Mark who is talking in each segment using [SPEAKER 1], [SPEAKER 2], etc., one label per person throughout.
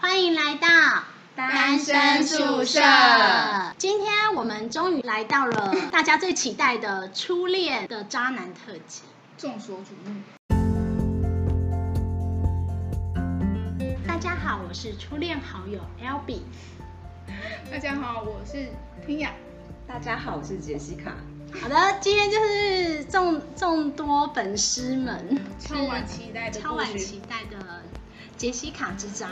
[SPEAKER 1] 欢迎来到
[SPEAKER 2] 单身宿舍
[SPEAKER 1] 今天我们终于来到了大家最期待的初恋的渣男特辑。
[SPEAKER 2] 众所瞩目。
[SPEAKER 1] 大家好，我是初恋好友 L B。
[SPEAKER 2] 大家好，我是听雅。
[SPEAKER 3] 大家好，我是杰西卡。
[SPEAKER 1] 好的，今天就是众众多粉丝们
[SPEAKER 2] 超晚期待的
[SPEAKER 1] 超
[SPEAKER 2] 故
[SPEAKER 1] 晚
[SPEAKER 2] 事，
[SPEAKER 1] 期待的杰西卡之渣。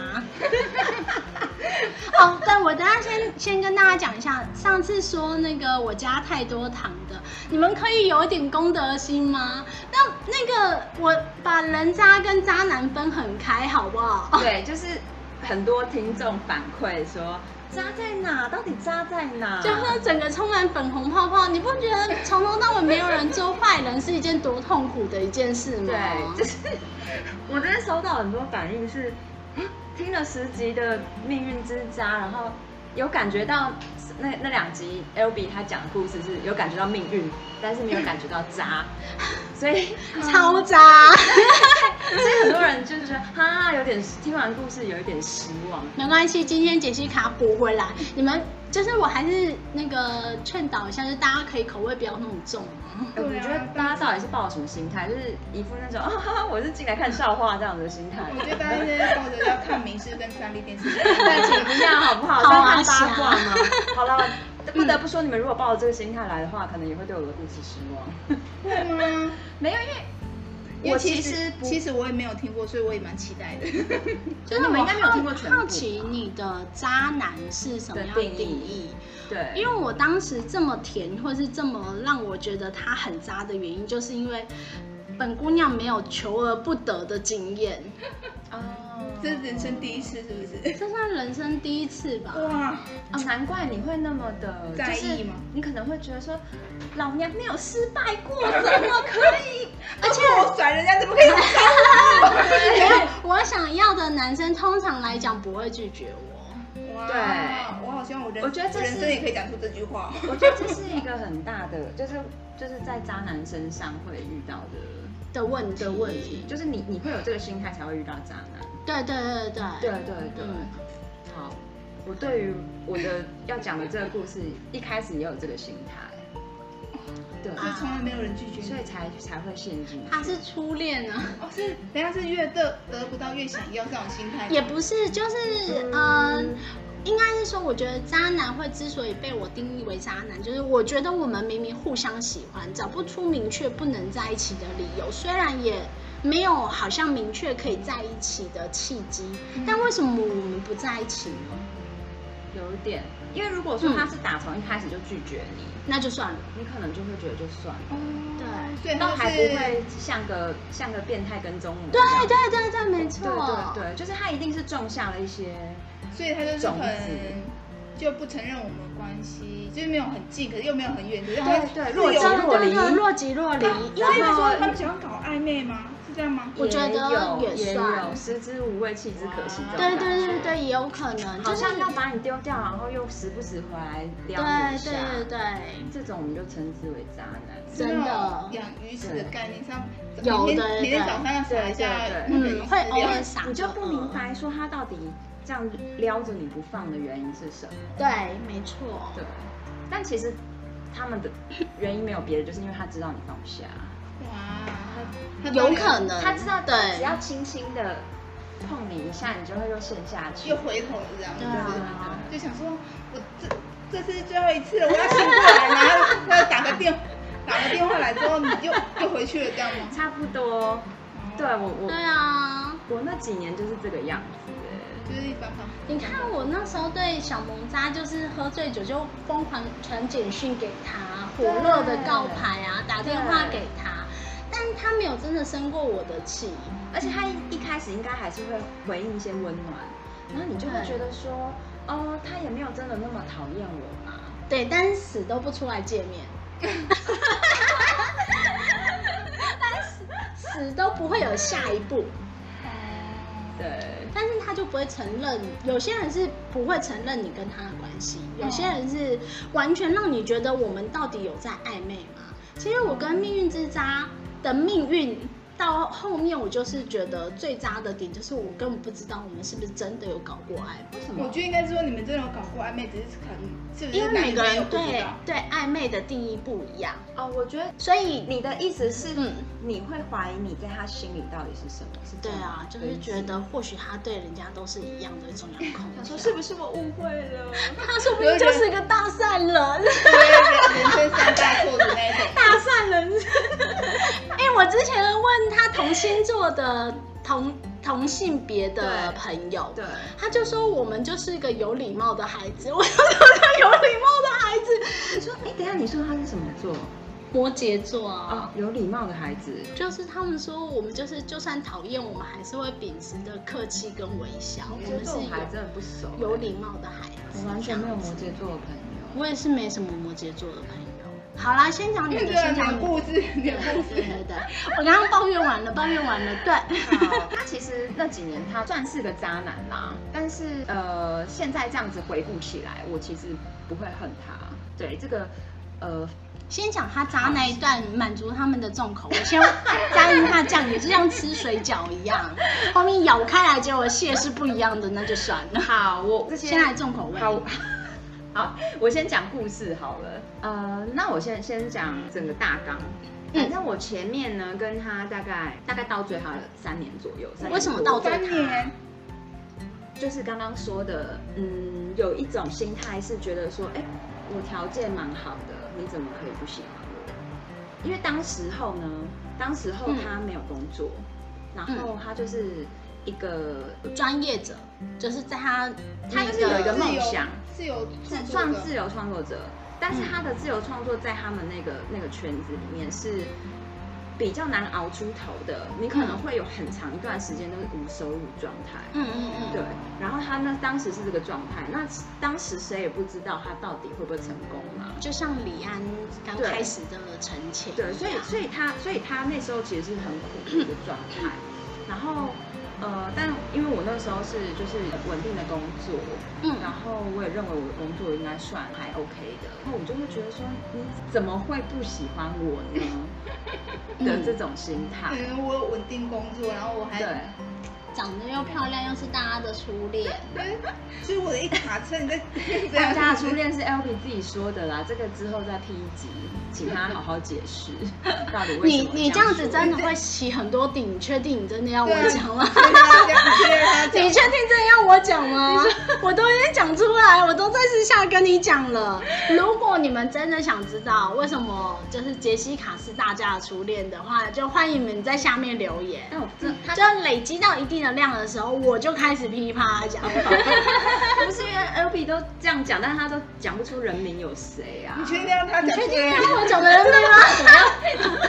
[SPEAKER 1] 哦，对，我等下先先跟大家讲一下，上次说那个我家太多糖的，你们可以有一点公德心吗？那那个我把人渣跟渣男分很开，好不 好？
[SPEAKER 3] 对，就是很多听众反馈说，渣在哪？到底渣在哪？
[SPEAKER 1] 就喝整个充满粉红泡泡，你不觉得从头到尾没有人做坏人是一件多痛苦的一件事吗？
[SPEAKER 3] 对，就是我真的收到很多反应是，啊听了十集的《命运之渣》，然后有感觉到那那两集 L B 他讲的故事是有感觉到命运，但是没有感觉到渣，所以
[SPEAKER 1] 超渣。
[SPEAKER 3] 所以很多人就觉得哈有点听完故事有一点失望。
[SPEAKER 1] 没关系，今天杰西卡补回来，你们就是我还是那个劝导一下，就是大家可以口味不要那么重嘛。
[SPEAKER 3] 哎我
[SPEAKER 2] 对啊
[SPEAKER 3] 觉得大家到底是抱着什么心态？就是一副那种啊，哈哈我是进来看笑话这样的心态。
[SPEAKER 2] 我觉得大家是抱着要看名视跟三立电 视剧。
[SPEAKER 3] 但请不要好不好？
[SPEAKER 1] 好啊
[SPEAKER 3] 不要看八卦
[SPEAKER 2] 啊
[SPEAKER 3] 吗？好 了，不
[SPEAKER 2] 嗯
[SPEAKER 3] 得不说，你们如果抱着这个心态来的话，可能也会对我的故事失望。
[SPEAKER 2] 会吗？
[SPEAKER 3] 没有，因为
[SPEAKER 2] 因为
[SPEAKER 3] 我
[SPEAKER 2] 其
[SPEAKER 3] 其实
[SPEAKER 2] 实
[SPEAKER 3] 不哦
[SPEAKER 2] 其实我也没有听过，所以我也蛮期待的。
[SPEAKER 1] 就是
[SPEAKER 3] 你
[SPEAKER 1] 我
[SPEAKER 3] 们应该没有听过全部吧
[SPEAKER 1] 好奇你的渣男是什么样的定
[SPEAKER 3] 的定
[SPEAKER 1] 义
[SPEAKER 3] 义？对，
[SPEAKER 1] 因为我当时这么甜，或是这么让我觉得他很渣的原因，就是因为本姑娘没有求而不得的经验，
[SPEAKER 3] 哦
[SPEAKER 2] 这是人生第一次，是不 是？
[SPEAKER 1] 这算人生第一次吧。
[SPEAKER 2] 哇，
[SPEAKER 3] 哦，难怪你会那么的
[SPEAKER 2] 在意吗？
[SPEAKER 3] 就是你可能会觉得说，老娘没有失败过，怎么可以？
[SPEAKER 2] 而 且我甩人家怎么啊可以？
[SPEAKER 1] 哎 我想要的男生通常来讲不会拒绝我。
[SPEAKER 2] 哇，
[SPEAKER 3] 对
[SPEAKER 2] 我好希望我人，
[SPEAKER 3] 我觉得这是
[SPEAKER 2] 人生也可以讲出这句话。 哦
[SPEAKER 3] 我觉得这是一个很大的，就是就是在渣男身上会遇到的
[SPEAKER 1] 的问的问题，
[SPEAKER 3] 就是你你会有这个心态才会遇到渣男。
[SPEAKER 1] 对对对对
[SPEAKER 3] 对对对，
[SPEAKER 1] 嗯
[SPEAKER 3] 好，我对于我的要讲的这个故事，一开始也有这个心态，对，
[SPEAKER 2] 就从来没有人拒绝
[SPEAKER 3] 啊所
[SPEAKER 2] 你
[SPEAKER 3] 以。才才会陷进去。
[SPEAKER 1] 他是初恋啊，
[SPEAKER 2] 哦，是，等一下是越得得不到越想要这种心态吗。
[SPEAKER 1] 也不是，就是嗯、呃应该是说，我觉得渣男会之所以被我定义为渣男，就是我觉得我们明明互相喜欢，找不出明确不能在一起的理由，虽然也没有好像明确可以在一起的契机，但为什么我们不在一起呢？
[SPEAKER 3] 有一点，因为如果
[SPEAKER 1] 嗯
[SPEAKER 3] 说他是打从一开始就拒绝你，
[SPEAKER 1] 那就算了，
[SPEAKER 3] 你可能就会觉得就算了，
[SPEAKER 2] 哦，
[SPEAKER 1] 嗯对
[SPEAKER 2] 所以他
[SPEAKER 3] 倒还不
[SPEAKER 2] 是
[SPEAKER 3] 会像个像个变态跟踪魔这
[SPEAKER 1] 对
[SPEAKER 3] 样。
[SPEAKER 1] 对对对，没错，
[SPEAKER 3] 对对对，就是他一定是种下了一些，
[SPEAKER 2] 所以他就是
[SPEAKER 3] 种
[SPEAKER 2] 很
[SPEAKER 3] 子
[SPEAKER 2] 就不承认我们的关系，就是没有很近，可是又没有很远，可是
[SPEAKER 3] 对对若
[SPEAKER 2] 若
[SPEAKER 3] 即
[SPEAKER 1] 哦对
[SPEAKER 3] 若
[SPEAKER 1] 对对
[SPEAKER 3] 离
[SPEAKER 1] 若即若离，因
[SPEAKER 2] 所以
[SPEAKER 1] 为
[SPEAKER 2] 他说他们喜欢搞暧昧吗？是这样吗？
[SPEAKER 1] 我觉得
[SPEAKER 3] 也有
[SPEAKER 1] 也
[SPEAKER 3] 也
[SPEAKER 1] 算
[SPEAKER 3] 有食之无味，弃之可惜这种
[SPEAKER 1] 对
[SPEAKER 3] 感觉。
[SPEAKER 1] 对对对，也有可能，就
[SPEAKER 3] 好
[SPEAKER 1] 是
[SPEAKER 3] 像要把你丢掉，然后又时不时回来撩你
[SPEAKER 1] 对
[SPEAKER 3] 一下。
[SPEAKER 1] 对对对。
[SPEAKER 3] 这种我们就称之为渣男。
[SPEAKER 2] 是那
[SPEAKER 1] 真的
[SPEAKER 2] 种养鱼池的概念，像
[SPEAKER 1] 有
[SPEAKER 2] 每
[SPEAKER 1] 的
[SPEAKER 2] 天每天
[SPEAKER 1] 对
[SPEAKER 2] 早上要撒一下
[SPEAKER 3] 对
[SPEAKER 2] 那
[SPEAKER 3] 对
[SPEAKER 2] 个
[SPEAKER 1] 嗯，会偶尔
[SPEAKER 2] 鱼饲料
[SPEAKER 1] 撒，
[SPEAKER 3] 你就不明。白说他到底这样撩着你不放的原因是什么？
[SPEAKER 1] 对，没错。
[SPEAKER 3] 对，但其实他们的原因没有别的，就是因为他知道你放不下，
[SPEAKER 2] 哇，他
[SPEAKER 1] 有可能
[SPEAKER 3] 他知道只
[SPEAKER 1] 对
[SPEAKER 3] 要轻轻的碰你一下，你就会又陷下去
[SPEAKER 2] 又。回头了这样，
[SPEAKER 1] 对
[SPEAKER 3] 对
[SPEAKER 1] 啊
[SPEAKER 3] 对对，
[SPEAKER 2] 就想说我这这是最后一次了，我要醒过来了，然后然后打个电打个电话来之后，你就又回去了这样吗？哦
[SPEAKER 3] 差不多。对我
[SPEAKER 1] 对
[SPEAKER 3] 我
[SPEAKER 1] 啊，
[SPEAKER 3] 我那几年就是这个样子哎。
[SPEAKER 2] 就是一般般。
[SPEAKER 1] 你看我那时候对小萌渣就是喝醉酒就疯狂传简讯给他，火热的告白啊，打电话给他，但他没有真的生过我的气。
[SPEAKER 3] 而且他一一开始应该还是会回应一些温暖，然后你就会觉得说，哦，他也没有真的那么讨厌我嘛。
[SPEAKER 1] 对，但是死都不出来见面。但是死都不会有下一步。
[SPEAKER 3] 对，
[SPEAKER 1] 但是他就不会承认，有些人是不会承认你跟他的关系，
[SPEAKER 2] 哦
[SPEAKER 1] 有些人是完全让你觉得我们到底有在暧昧吗？其实我跟命运之渣的命运到后面我就是觉得最渣的点就是我根本不知道我们是不是真的有搞过爱，
[SPEAKER 3] 为什
[SPEAKER 2] 我
[SPEAKER 3] 么？
[SPEAKER 2] 觉得应该是说你们真的有搞过暧昧，只是可能是不
[SPEAKER 1] 因
[SPEAKER 2] 是
[SPEAKER 1] 为
[SPEAKER 2] 男
[SPEAKER 1] 每
[SPEAKER 2] 女
[SPEAKER 1] 个
[SPEAKER 2] 朋友
[SPEAKER 1] 人
[SPEAKER 2] 不知
[SPEAKER 1] 对
[SPEAKER 2] 道。
[SPEAKER 1] 对暧昧的定义不一样，
[SPEAKER 3] 哦，我觉得，所以你的意思是，
[SPEAKER 1] 嗯
[SPEAKER 3] 你会怀疑你在他心里到底是什么？是这
[SPEAKER 1] 对
[SPEAKER 3] 样吗
[SPEAKER 1] 啊，就是觉得或许他对人家都是一样的中央空调
[SPEAKER 3] 想 说，是不是我误会了？
[SPEAKER 1] 他说不定就是个大善人。
[SPEAKER 2] 对，人生三大错的那一种。
[SPEAKER 1] 大善人。哎、我之前问他同星座的同同性别的朋友，
[SPEAKER 3] 对，
[SPEAKER 1] 他就说我们就是一个有礼貌的孩子。我就说他有礼貌的孩子，
[SPEAKER 3] 你说，哎，等一下，你说他是什么座？
[SPEAKER 1] 摩羯座啊
[SPEAKER 3] 哦，。有礼貌的孩子。
[SPEAKER 1] 就是他们说我们就是，就算讨厌我们，还是会秉持着客气跟微笑。
[SPEAKER 3] 哦我
[SPEAKER 1] 我
[SPEAKER 3] 觉得
[SPEAKER 1] 们
[SPEAKER 3] 这
[SPEAKER 1] 是
[SPEAKER 3] 种还
[SPEAKER 1] 有
[SPEAKER 3] 真的不熟，哎
[SPEAKER 1] 有礼貌的孩子。
[SPEAKER 3] 我完全没有摩羯座的朋友。
[SPEAKER 1] 我也是没什么摩羯座的朋友。好啦，先讲你
[SPEAKER 2] 那
[SPEAKER 1] 的，
[SPEAKER 2] 个
[SPEAKER 1] 先
[SPEAKER 2] 你
[SPEAKER 1] 讲
[SPEAKER 2] 的
[SPEAKER 1] 你的
[SPEAKER 2] 故事，你
[SPEAKER 1] 对
[SPEAKER 2] 的
[SPEAKER 1] 对
[SPEAKER 2] 故
[SPEAKER 1] 对
[SPEAKER 2] 事。
[SPEAKER 1] 对，我刚刚抱怨完了，抱怨完了，对。
[SPEAKER 3] 好他其实那几年他算是个渣男啦，但是呃，现在这样子回顾起来，我其实不会恨他。对这个，呃，
[SPEAKER 1] 先讲他渣那一段，满足他们的重口。我先加一下酱，也就像吃水饺一 样，后面咬开来结果蟹是不一样的，那就算了。
[SPEAKER 3] 好，我这些
[SPEAKER 1] 先来重口味。
[SPEAKER 3] 好， 好，我先讲故事好了。呃，那我先先讲整个大纲。
[SPEAKER 1] 嗯
[SPEAKER 3] 反正我前面呢跟他大概大概到追他了三年左右，三年
[SPEAKER 1] 为什么
[SPEAKER 3] 多
[SPEAKER 1] 到
[SPEAKER 2] 三年，
[SPEAKER 3] 就是刚刚说的，嗯，有一种心态是觉得说，哎、我条件蛮好的，你怎么可以不喜欢我？因为当时候呢，当时候他没有工作，
[SPEAKER 2] 嗯
[SPEAKER 3] 然后他就是一个，
[SPEAKER 1] 专业者就是在他嗯
[SPEAKER 3] 他就是
[SPEAKER 1] 那
[SPEAKER 3] 有一个梦想
[SPEAKER 2] 是有自由
[SPEAKER 3] 算
[SPEAKER 2] 创作
[SPEAKER 3] 自
[SPEAKER 2] 者，
[SPEAKER 3] 由创作者，但是他的自由创作在他们那个
[SPEAKER 2] 嗯
[SPEAKER 3] 那个圈子里面是比较难熬出头的，你可能
[SPEAKER 2] 嗯
[SPEAKER 3] 会有很长一段时间都是无收入状态。
[SPEAKER 1] 嗯嗯嗯，
[SPEAKER 3] 对，然后他那当时是这个状态，那当时谁也不知道他到底会不会成功嘛。
[SPEAKER 1] 就像李安刚开始的陈情一样。
[SPEAKER 3] 对，所以所以他所以他那时候其实是很苦的一个状态，然后呃，但因为我那时候是就是稳定的工作，
[SPEAKER 1] 嗯
[SPEAKER 3] 然后我也认为我的工作应该算还 OK 的，然后我就会觉得说你怎么会不喜欢我呢？的这种心态
[SPEAKER 2] 可，能我有稳定工作，然后我还
[SPEAKER 3] 对，
[SPEAKER 1] 长得又漂亮，又是大家的初恋。
[SPEAKER 2] 所以我的一卡车，你在这
[SPEAKER 3] 大
[SPEAKER 2] 样
[SPEAKER 3] 家的初恋是 L B 自己说的啦，这个之后再 P 一集，请他好好解 释到底为什
[SPEAKER 1] 你
[SPEAKER 3] 么
[SPEAKER 1] 你
[SPEAKER 3] 这
[SPEAKER 1] 这
[SPEAKER 3] 样
[SPEAKER 1] 样
[SPEAKER 3] 说
[SPEAKER 1] 子真的会起很多顶，你确定你真的要我
[SPEAKER 2] 对啊
[SPEAKER 1] 讲吗？
[SPEAKER 2] 对啊对啊对啊对啊
[SPEAKER 1] 你确定真的要我讲吗？我都已经讲出来，我都在私下跟你讲了。 如果你们真的想知道为什么就是杰西卡是大家的初恋的话，就欢迎你们在下面留言。
[SPEAKER 3] 但我真
[SPEAKER 1] 就累积到一定的量的时候，我就开始噼啪讲。
[SPEAKER 3] 不是因为 L B 都这样讲，但是他都讲不出人名有谁啊
[SPEAKER 2] 你。确定要他讲出来？
[SPEAKER 1] 那我讲的人对吗？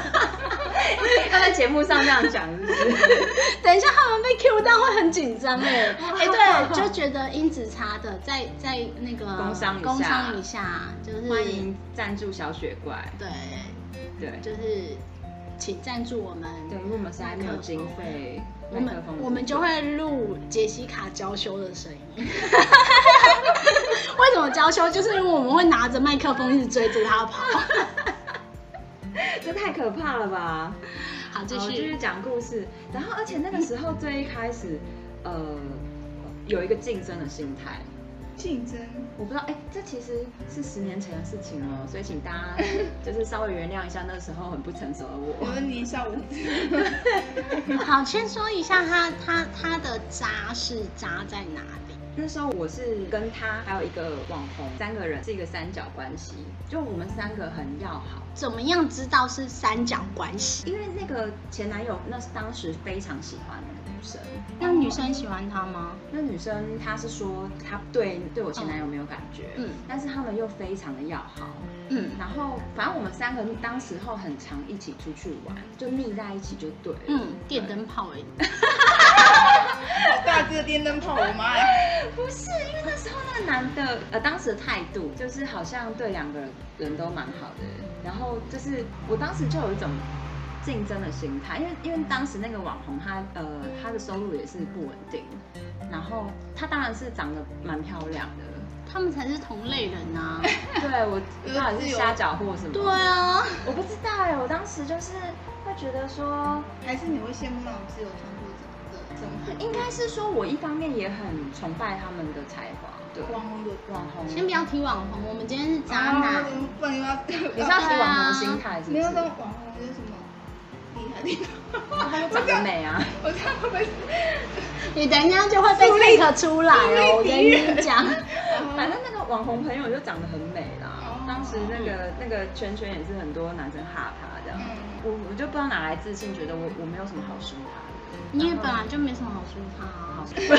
[SPEAKER 3] 他在节目上这样讲，是不 是？
[SPEAKER 1] 等一下他们被 Q 到会很紧张哎。哎，对，就觉得音质差的，在在那个
[SPEAKER 3] 工商一下
[SPEAKER 1] 工商一下，就是
[SPEAKER 3] 欢迎赞助小雪怪，
[SPEAKER 1] 对，
[SPEAKER 3] 对
[SPEAKER 1] 就是请赞助我们。
[SPEAKER 3] 对，因为我们实在没有经费，
[SPEAKER 1] 我
[SPEAKER 3] 麦克风
[SPEAKER 1] 们
[SPEAKER 3] 的
[SPEAKER 1] 我们
[SPEAKER 3] 制
[SPEAKER 1] 就
[SPEAKER 3] 作
[SPEAKER 1] 会录杰西卡娇羞的 声音。为什么娇羞？就是因为我们会拿着麦克风一直追着他 跑。
[SPEAKER 3] 这太可怕了吧？
[SPEAKER 1] 好，继
[SPEAKER 3] 好我继续
[SPEAKER 1] 续。
[SPEAKER 3] 讲故事。然后，而且那个时候最一开始，呃，有一个竞争的心态。
[SPEAKER 2] 竞争，
[SPEAKER 3] 我不知道，哎、这其实是十年前的事情了，所以请大家就是稍微原谅一下那时候很不成熟的
[SPEAKER 2] 我
[SPEAKER 3] 我。
[SPEAKER 2] 们年少无知。
[SPEAKER 1] 好，先说一下他他他的渣是渣在哪里？
[SPEAKER 3] 那时候我是跟他还有一个网红，三个人是一个三角关系，就我们三个很要好。
[SPEAKER 1] 怎么样知道是三角关系？
[SPEAKER 3] 因为那个前男友那是当时非常喜欢那个女生，
[SPEAKER 1] 那女生喜欢他吗？
[SPEAKER 3] 那女生她是说她对对我前男友没有感觉，
[SPEAKER 1] 嗯
[SPEAKER 3] 嗯，但是他们又非常的要好，
[SPEAKER 1] 嗯
[SPEAKER 3] 然后反正我们三个当时候很常一起出去玩，就腻在一起就对了，
[SPEAKER 1] 嗯，电灯泡而已。
[SPEAKER 2] 好大只的电灯泡，我妈呀！
[SPEAKER 3] 不是，因为那时候那个男的，呃，当时的态度就是好像对两个人都蛮好的，然后就是我当时就有一种竞争的心态，因为因为当时那个网红他呃他的收入也是不稳定，然后她当然是长得蛮漂亮的，
[SPEAKER 1] 他们才是同类人啊呐、
[SPEAKER 3] 对我到底是瞎搅和什 么？
[SPEAKER 1] 对啊，
[SPEAKER 3] 我不知道哎、我当时就是会觉得说，
[SPEAKER 2] 还是你会羡慕那种自由创作者的生活？
[SPEAKER 3] 应该是说我一方面也很崇拜他们的才华，对，
[SPEAKER 2] 光荣的
[SPEAKER 3] 网红，
[SPEAKER 1] 先不要提网红，我们今天是渣男。
[SPEAKER 2] 哦不然又要
[SPEAKER 3] 你是要提网红心态是不
[SPEAKER 2] 没
[SPEAKER 3] 是
[SPEAKER 2] 有？那种网红有什么厉害的地方？
[SPEAKER 3] 他就长得美啊，
[SPEAKER 2] 我这样会不会是？
[SPEAKER 1] 你等一下就会被 take 出来哦，我
[SPEAKER 2] 树立
[SPEAKER 1] 跟
[SPEAKER 2] 敌人
[SPEAKER 1] 你讲。
[SPEAKER 3] 反正那个网红朋友就长得很美啦
[SPEAKER 2] 哦。
[SPEAKER 3] 当时那个那个圈圈也是很多男生哈他这样，我我就不知道哪来自信，觉得我我没有什么好输他
[SPEAKER 1] 你也本来就没什么好说他、啊。
[SPEAKER 3] 的。